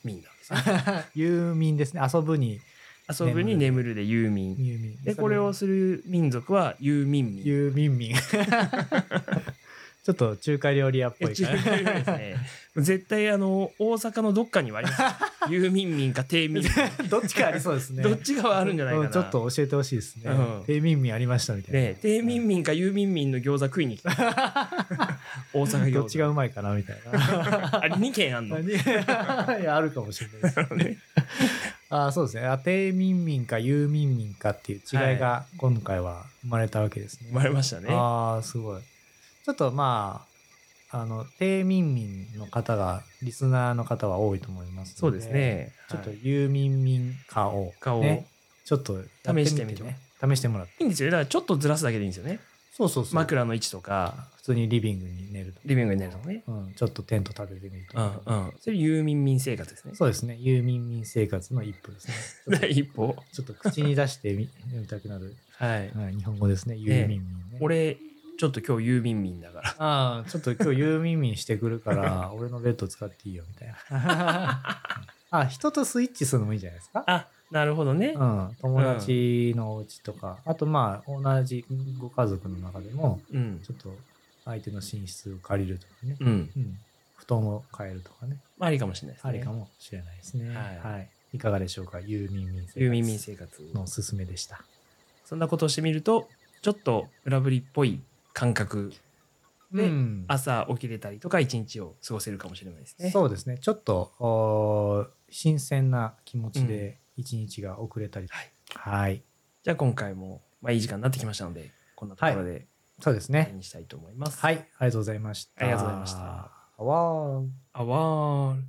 S2: 民なんですね
S1: 遊民ですね遊ぶに
S2: 遊ぶに眠るで遊民
S1: 遊民
S2: でこれをする民族は遊民民
S1: 遊民民ちょっと中華料理屋っぽい
S2: え中華料理です ね絶対あの大阪のどっかにはあります遊民民か低民民
S1: どっちかありそうですね
S2: どっちがあるんじゃないか
S1: う
S2: な
S1: ちょっと教えてほしいですね
S2: うん
S1: 低民民ありましたみたいな
S2: ね低民民か遊民民の餃子食 いに来た大阪
S1: どっちが
S2: 餃
S1: うまいかなみたいな
S2: 子あれ2軒あんの
S1: 何 いやあるかもしれないです
S2: ね
S1: あそうですね。あ低民民か有民民かっていう違いが今回は生まれたわけですね。
S2: 生まれましたね
S1: ああ、すごい。ちょっとまあ、あの、低民民の方が、リスナーの方は多いと思います
S2: そ
S1: の
S2: うです。ね。
S1: ちょっと
S2: はい
S1: 有民民化を、
S2: 顔、
S1: ね、ちょっとやってみ
S2: 試してみて
S1: ね。試してもらって。
S2: いいんですよ。だからちょっとずらすだけでいいんですよね。
S1: そうそうそう。
S2: 枕の位置とか、
S1: 普通にリビングに寝ると。
S2: リビングに寝るとかね。
S1: うん、ちょっとテント立ててみると
S2: う。んうん。それ、遊民民生活ですね。
S1: そうですね。有民民生活の一歩ですね。ちょ っと
S2: 第一歩。
S1: ちょっと口に出してみ読みたくなる、
S2: はい。
S1: はい、日本語ですね。ユーミンミンね。
S2: 俺、ちょっと今日遊民民だから。
S1: ああ、ちょっと今日ユーミンミンしてくるから、俺のベッド使っていいよみたいな。あ、人とスイッチするのもいいじゃないですか。
S2: あ、なるほどね。
S1: うん、友達のお家とか、あとまあ同じご家族の中でも、
S2: うん
S1: ち。ょっと相手の寝室を借りるとかね、
S2: うん。
S1: うん、布団を変えるとかね、
S2: まあ、ありかもしれないですね。
S1: ありかもしれないですね。
S2: はい
S1: い、いかがでしょうか、ユーミンミン生活
S2: 遊民民生活。
S1: のおすすめでした。
S2: そんなことをしてみると、ちょっと裏ぶりっぽい感覚、で
S1: うん
S2: 朝起きれたりとか、一日を過ごせるかもしれないですね。
S1: そうですね。ちょっと、おー新鮮な気持ちで一日が遅れたり、
S2: はい。
S1: はい。
S2: じゃあ、今回も、まあ、いい時間になってきましたので、こんなところで、
S1: そうです
S2: 終わり
S1: ね。
S2: にしたいと思います。
S1: はい。ありがとうございました。
S2: ありがとうございました
S1: あわー。
S2: あわーん